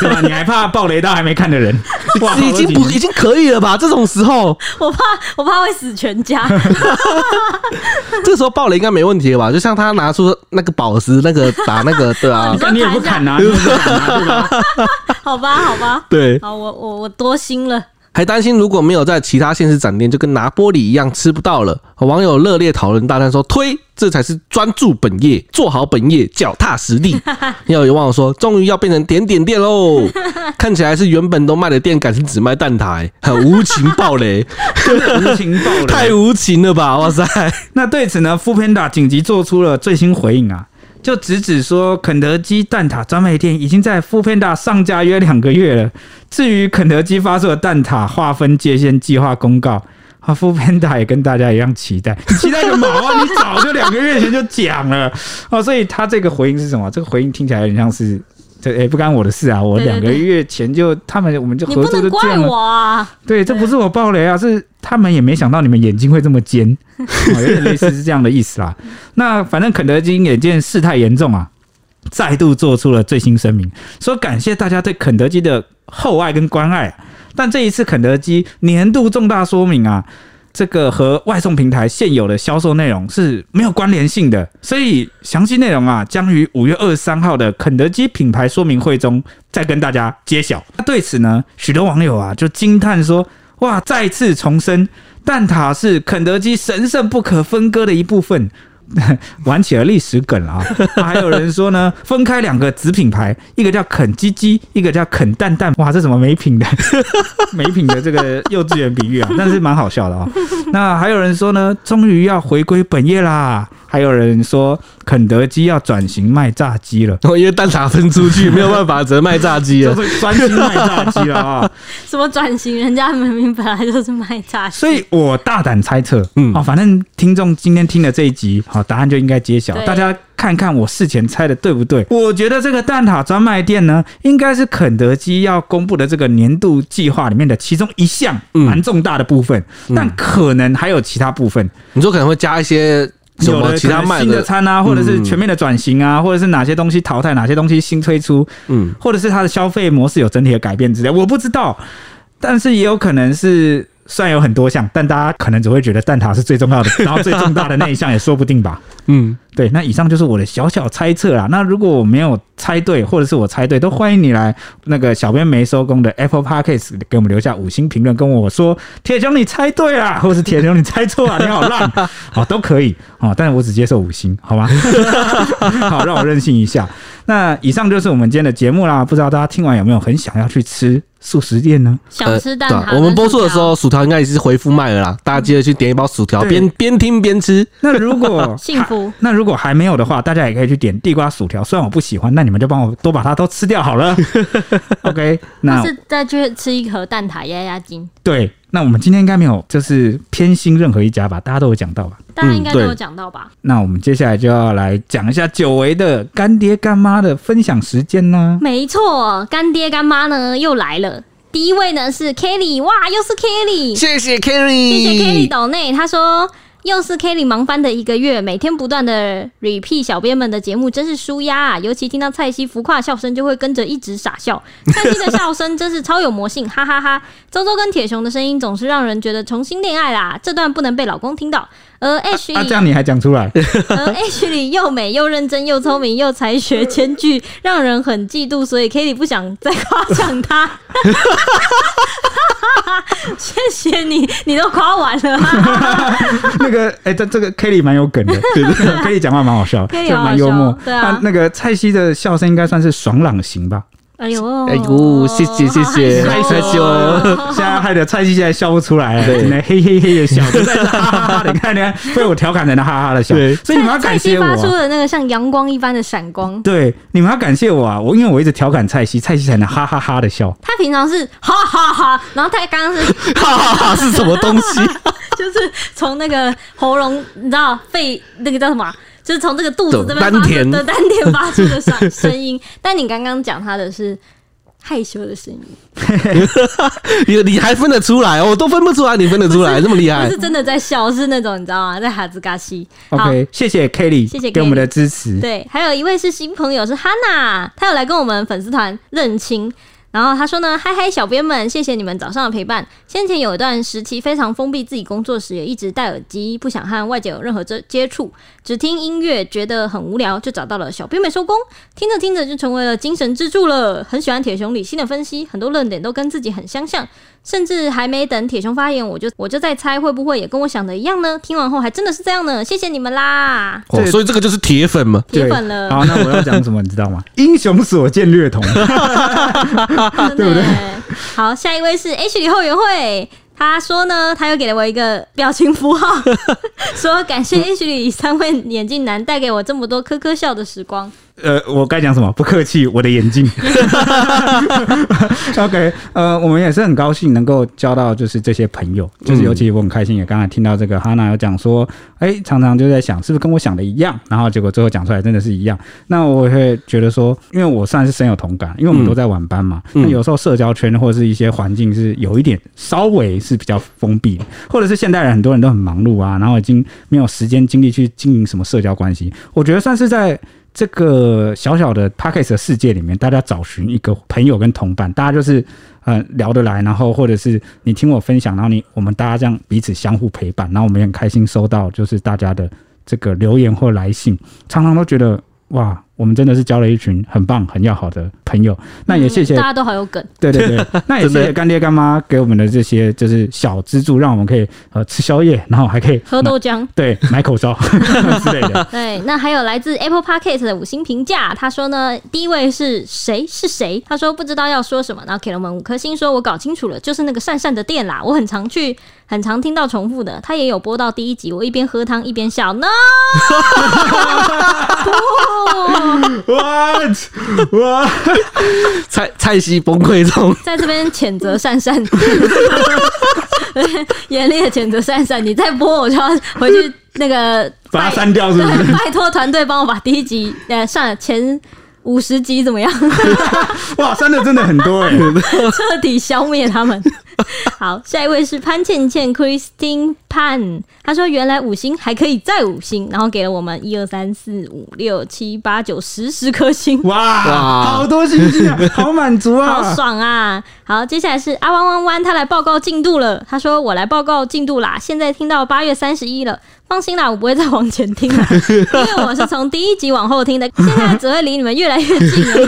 C: 对吧？你还怕暴雷到还没看的人？哇，
A: 已经不已经可以了吧？这种时候，
B: 我怕我怕会死全家。
A: 这时候爆雷应该没问题了吧？就像他拿出那个宝石，那个打那个，对啊
B: 你，说
C: 你也不
B: 砍
C: 砍啊，你也不砍 啊，对吧？
B: 好吧，好吧，
A: 对，
B: 好，我我我多心了。
A: 还担心如果没有在其他县市展店，就跟拿玻璃一样吃不到了。网友热烈讨论，大赞说推，这才是专注本业，做好本业，脚踏 实地。要有网友说，终于要变成点点店喽，看起来是原本都卖的店改成只卖蛋挞、欸很无情爆雷，
C: 无情暴雷，啊
A: 太无情了吧？哇塞，
C: 那对此呢，Foodpanda 紧急做出了最新回应啊，就直指说肯德基蛋挞专卖店已经在 Foodpanda 上架约两个月了。至于肯德基发出的蛋挞划分界限计划公 告。啊，Foodpanda 也跟大家一样期待，你期待个毛啊！你早就两个月前就讲了哦，所以他这个回应是什么？这个回应听起来有点像是，这哎、不干我的事啊！我
B: 对对
C: 两个
B: 对
C: 月前就他们我们就
B: 你
C: 合
B: 不
C: 作就
B: 能
C: 这
B: 怪
C: 样了
B: 我，啊！
C: 对，这不是我爆雷啊，是他们也没想到你们眼睛会这么尖，哦、有点类似是这样的意思啦。那反正肯德基眼见事态严重啊，再度做出了最新声明，说感谢大家对肯德基的厚爱跟关爱啊、但这一次肯德基年度重大说明啊。这个和外送平台现有的销售内容是没有关联性的，所以详细内容啊将于五月二十三号的肯德基品牌说明会中再跟大家揭晓。那对此呢，许多网友啊就惊叹说：“哇，再次重申，蛋挞是肯德基神圣不可分割的一部分。 玩起了历史梗 了啊！还有人说呢，分开两个子品牌，一个叫肯鸡鸡，一个叫肯蛋蛋。哇，这什么没 品的没品的这个幼稚园比喻啊，但是蛮好笑的啊、那还有人说呢，终于要回归本业啦。还有人说，肯德基要转型卖炸鸡了，
A: 因为蛋挞分出去没有办法，只能卖炸鸡
C: 就
A: 了。
C: 是专心卖炸鸡了啊、
B: 什么转型，人家明明本来就是卖炸鸡，
C: 所以我大胆猜测，嗯
A: 嗯，
C: 哦，反正听众今天听了这一集，好、答案就应该揭晓。
B: 对
C: 大家看看我事前猜的对不对？我觉得这个蛋挞专卖店呢，应该是肯德基要公布的这个年度计划里面的其中一项
A: 嗯
C: 蛮重大的部分，但可能还有其他部分，
A: 你说可能会加一些什
C: 有
A: 么
C: 的
A: 其
C: 可
A: 他
C: 能
A: 卖
C: 新的
A: 的，
C: 餐啊，或者是
A: 嗯
C: 全面的转型啊，或者是哪些东西淘汰，哪些东西新推出，
A: 嗯，
C: 或者是它的消费模式有整体的改变之类，我不知道。但是也有可能是，虽然有很多项，但大家可能只会觉得蛋挞是最重要的，然后最重大的那一项也说不定吧。
A: 嗯，
C: 对，那以上就是我的小小猜测啦。那如果我没有猜对，或者是我猜对，都欢迎你来那个小编没收工的 Apple Podcast 给我们留下五星评论，跟我说铁熊你猜对啦， 或是铁熊你猜错啊了，你好烂哦，都可以哦，但我只接受五星，好吗？ 好，让我任性一下。那以上就是我们今天的节目啦，不知道大家听完有没有很想要去吃素食店呢？
B: 想吃蛋
A: 呃
B: 挞。
A: 对啊我们播出的时
B: 跟嗯
A: 候，薯条应该也是回复卖了啦，大家记得去点一包薯条，
C: 对
A: 边边听边吃。
C: 那如果
B: 幸福
C: 那如果还没有的话，大家也可以去点地瓜薯条。虽然我不喜欢，那你们就帮我多把它都吃掉 好了。OK，那
B: 或是再去吃一盒蛋挞压压惊，
C: 对，那我们今天应该没有就是偏心任何一家吧，大家都有讲到吧？
B: 大家应该都
A: 嗯对
B: 有讲到吧？
C: 那我们接下来就要来讲一下久违的干爹干妈的分享时间呢。
B: 没错，干爹干妈呢又来了。第一位呢是 Kelly，哇，又是 Kelly，
A: 谢谢 Kerry，
B: 嗯谢谢 Kelly 岛内，他说。又是 Kelly 忙翻的一个月，每天不断的 repeat 小编们的节目，真是舒压啊！尤其听到蔡西浮夸笑声，就会跟着一直傻笑。蔡西的笑声真是超有魔性，哈哈哈 周周跟铁熊的声音总是让人觉得重新恋爱啦，这段不能被老公听到。而 H
C: 啊，这样你还讲出 来？
B: 而 H 里又美又认真又聪明又才学兼具，让人很嫉妒，所以 Kitty 不想再夸奖他。 谢谢你，你都夸完了、
C: 那个，哎、这这个 Kelly 蛮有梗 的，对对，Kelly 讲话蛮好笑，
B: Kelly
C: 就
B: 好好
C: 蛮幽默
B: 笑。对啊
C: 那个蔡西的笑声应该算是爽朗型吧？
B: 哎呦，
A: 哎呦谢谢谢 谢害
B: 好
A: 羞
C: 现在害得蔡西现在笑不出来，
A: 对
C: 只能嘿嘿嘿的笑，不再是哈 哈哈的。你看，你看，被我调侃成了哈哈哈的笑
A: 对，
C: 所以你们要
B: 蔡
C: 感
B: 西
C: 谢我、
B: 发
C: 啊
B: 出。的那个像阳光一般的闪光，
C: 对，你们要感谢我啊！我因为我一直调侃蔡西，蔡西才能哈哈哈的笑。
B: 他平常是哈哈哈，然后他刚刚是
A: 哈哈哈，是什么东西？
B: 就是从那个喉咙，你知道肺那个叫什么啊？就是从这个肚子这边发
A: 丹
B: 出
A: 田
B: 的丹田发出的声声音。但你刚刚讲他的是害羞 的声音，
A: 你你还分得出来？哦我都分不出来，你分得出来，这么厉害
B: 不是？真的在笑，是那种你知道吗？在哈兹嘎西。好，
C: OK，谢谢 Kelly，
B: 谢谢
C: 给我们的支持。
B: 对，还有一位是新朋友是 Hanna，她有来跟我们粉丝团认亲。然后她说呢，嗨嗨，小编们，谢谢你们早上的陪伴。先前有一段时期非常封闭自己工作时，也一直戴耳机，不想和外界有任何接接触，只听音乐，觉得很无聊，就找到了小编美收工。听着听着就成为了精神支柱了，很喜欢铁熊理性的分析，很多论点都跟自己很相像。甚至还没等铁熊发言，我就我就在猜会不会也跟我想的一样呢？听完后还真的是这样呢，谢谢你们啦！
A: 哦，所以这个就是铁粉嘛。
B: 铁
C: 对
B: 粉了，
C: 好，那我要讲什么，你知道吗？英雄所见略同。啊
B: 对不对？好，下一位是 H 里后援会。他说呢，他又给了我一个表情 符号，说感谢 H 里三位眼镜男带给我这么多科科笑的时光。
C: 呃，我该讲什么？不客气，我的眼镜。OK，呃，我们也是很高兴能够交到就是这些朋友，就是尤其我很开心，也刚才听到这个哈娜有讲说，哎、常常就在想是不是跟我想的一样，然后结果最后讲出来真的是一样。那我会觉得说，因为我算是深有同感，因为我们
A: 嗯
C: 都在晚班嘛，
A: 嗯
C: 那有时候社交圈或者是一些环境是有一点稍微是比较封闭的，或者是现代人很多人都很忙碌啊，然后已经没有时间精力去经营什么社交关系，我觉得算是在。这个小小的 p a c k a g e 的世界里面，大家找寻一个朋友跟同伴，大家就是呃聊得来，然后或者是你听我分享，然后你我们大家这样彼此相互陪伴，然后我们也很开心收到就是大家的这个留言或来信，常常都觉得哇，我们真的是交了一群很棒很要好的朋友。那也谢谢
B: 嗯大家都好有梗，
C: 对对 对，那也谢谢干爹干妈给我们的这些就是小资助，让我们可以呃吃宵夜，然后还可以
B: 喝
C: 买
B: 豆浆。
C: 对买口 罩之类的。
B: 对，那还有来自 Apple Podcast 的五星评价，他说呢，第一位是谁是谁？他说不知道要说什么，然后给了我们五颗星，说我搞清楚了，就是那个善善的店啦，我很常去，很常听到重复的，他也有播到第一集，我一边喝汤一边笑，no，不
C: What？哇！
A: 蔡蔡西崩溃中，
B: 在这边谴责善善， 严厉的谴责善善，你再播我就要回去那个
C: 把它
B: 拜
C: 删掉是不是？
B: 对，拜托团队帮我把第一集呃算了前五十集怎么样？
C: 哇，删的真的很多哎、
B: 彻底消灭他们。好，下一位是潘倩倩 Christine Pan，她说原来五星还可以再五星，然后给了我们一二三四五六七八九十十颗星。
C: 哇，
A: 哇
C: 好多星星啊，好满足啊！
B: 好爽啊！好，接下来是阿弯弯弯，他来报告进度了。他说：“我来报告进度啦，现在听到八月三十一了。放心啦，我不会再往前听了，因为我是从第一集往后听的，现在只会离你们越来越近而已。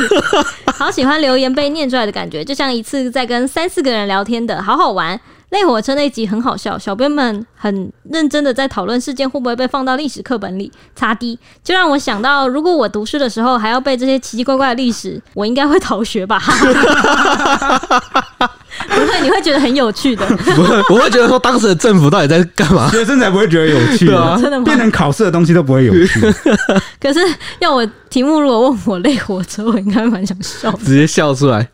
B: 好喜欢留言被念出来的感觉，就像一次在跟三四个人聊天的，好好玩。”累火车那集很好笑，小编们很认真的在讨论事件会不会被放到历史课本里，擦低，就让我想到，如果我读书的时候还要背这些奇奇怪怪的历史，我应该会逃学吧。不会， 你会觉得很有趣的。
A: 我会我会觉得说当时的政府到底在干 嘛？
C: 学生才不会觉得有趣
A: 对啊
B: 真的吗
C: 变成考试的东西都不会有 趣。
B: 可是要我题目如果问我累活着，我应该蛮想笑的。
A: 直接笑出来，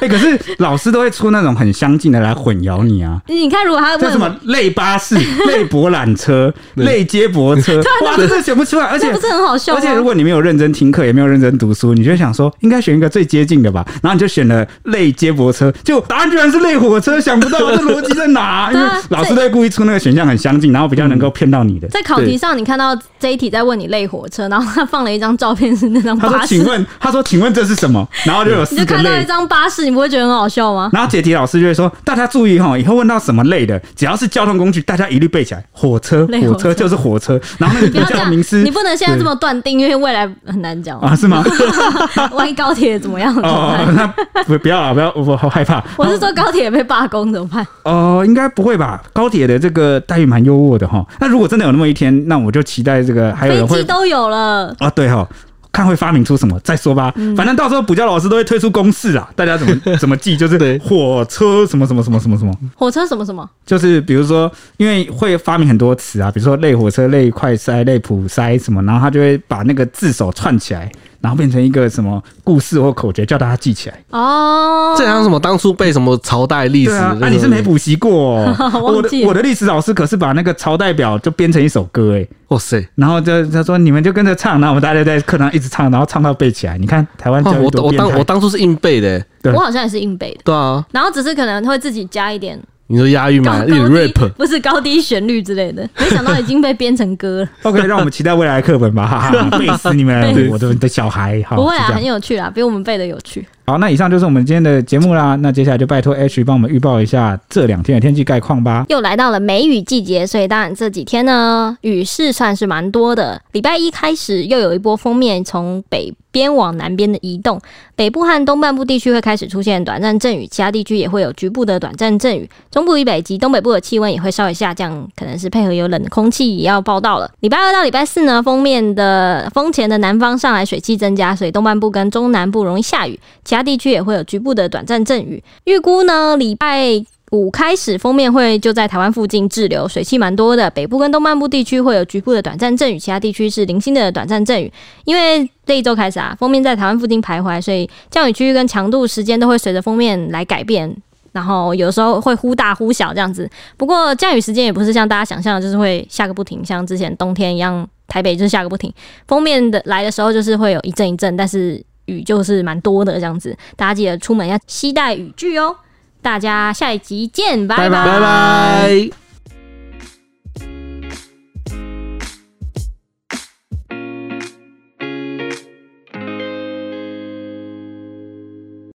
C: 哎、可是老师都会出那种很相近的来混淆你啊。
B: 你看，如果他
C: 这什
B: 问
C: 么
B: 我，
C: 类巴士、 类博览车、
A: 对
C: 类接驳 车，哇，真的选不出来，而且
B: 那不是很好笑吗？
C: 而且如果你没有认真听课，也没有认真读书，你就想说应该选一个最接近的吧，然后你就选了类接驳车，就答案居然是类火车，想不到这逻辑在哪？因
B: 对
C: 为
B: 啊嗯
C: 老师都会故意出那个选项很相近，然后比较能够骗到你的。
B: 在考题上，你看到这一题在问你类火车，然后他放了一张照片是那张
C: 他说
B: 巴：“士
C: 请，问，他说请问这是什么？”然后就有
B: 你
C: 四
B: 就
C: 个
B: 看到一
C: 类。
B: 张巴士，你不会觉得很好笑吗？
C: 然后解题老师就会说：“大家注意哈，以后问到什么类的，只要是交通工具，大家一律背起来。火车，
B: 类
C: 火
B: 火
C: 车
B: 车
C: 就是火车。然后那个
B: 不
C: 比
B: 要这
C: 较
B: 样
C: 名师，
B: 你不能现在这么断定，因为未来很难讲。
C: 啊？是吗？
B: 万一高铁怎么样怎么
C: 哦，
B: 办？
C: 那不不要了，不要，我好害怕。
B: 我是说高铁被罢工怎么办？
C: 哦，应该不会吧？高铁的这个待遇蛮优渥的哈。那如果真的有那么一天，那我就期待这个还有
B: 飞
C: 人
B: 机
C: 会
B: 都嗯有了，
C: 啊，对哈。看会发明出什么再说吧，反正到时候补教老师都会推出公式啊，大家怎么怎么记，就是
A: 对
C: 火车什么什么什么什么什么，
B: 火车什么什么，
C: 就是比如说，因为会发明很多词啊，比如说类火车、类快塞、类普塞什么，然后他就会把那个字首串起来，然后变成一个什么故事或口诀，叫大家记起来。
B: 哦，，
A: 这像什么当初背什么朝代历史
C: 对啊，
A: 那
C: 啊
A: 个
C: 你是没补习过、哦 我
B: 忘
C: 的
B: 记
C: 我的历史老师可是把那个朝代表就编成一首歌哎、
A: 哇塞！
C: 然后就他说你们就跟着唱，然后我们大家就在课堂一直唱，然后唱到背起来。你看台湾
A: 哇
C: 教育
A: 啊我
C: 多
A: 我
C: 变
A: 当我
C: 态，
A: 当初是硬背的、欸，
C: 对
B: 我好像也是硬背的，
A: 对啊，
B: 然后只是可能会自己加一点
A: 你说押韵
B: 高
A: 嘛，
B: 高
A: 一点
B: 低
A: rap，
B: 不是高低旋律之类的，没想到已经被编成歌了。
C: OK，让我们期待未来的课本吧，哈 哈，背死你们，
B: 对
C: 我的我的小孩， 好，
B: 不会
C: 是
B: 啊，
C: 这样
B: 很有趣啦，比我们背的有趣。
C: 好，那以上就是我们今天的节目啦。那接下来就拜托 H 帮我们预报一下这两天的天气概况吧。
B: 又来到了梅雨季节，所以当然这几天呢，雨势算是蛮多的。礼拜一开始又有一波封面从北边往南边的移动，北部和东半部地区会开始出现短暂阵雨，其他地区也会有局部的短暂阵雨。中部以北及东北部的气温也会稍微下降，可能是配合有冷空气也要报道了。礼拜二到礼拜四呢，封面的风前的南方上来水汽增加，所以东半部跟中南部容易下雨，其他地区也会有局部的短暂阵雨。预估呢，礼拜五开始，封面会就在台湾附近滞留，水汽蛮多的。北部跟东半部地区会有局部的短暂阵雨，其他地区是零星的短暂阵雨。因为这一周开始啊，封面在台湾附近徘徊，所以降雨区域跟强度、时间都会随着封面来改变。然后有时候会忽大忽小这样子，不过降雨时间也不是像大家想象的，就是会下个不停，像之前冬天一样，台北就是下个不停。封面的来的时候就是会有一阵一阵，但是雨就是蛮多的这样子，大家记得出门要携带雨具哦。大家下一集见，
A: 拜
B: 拜
A: 拜。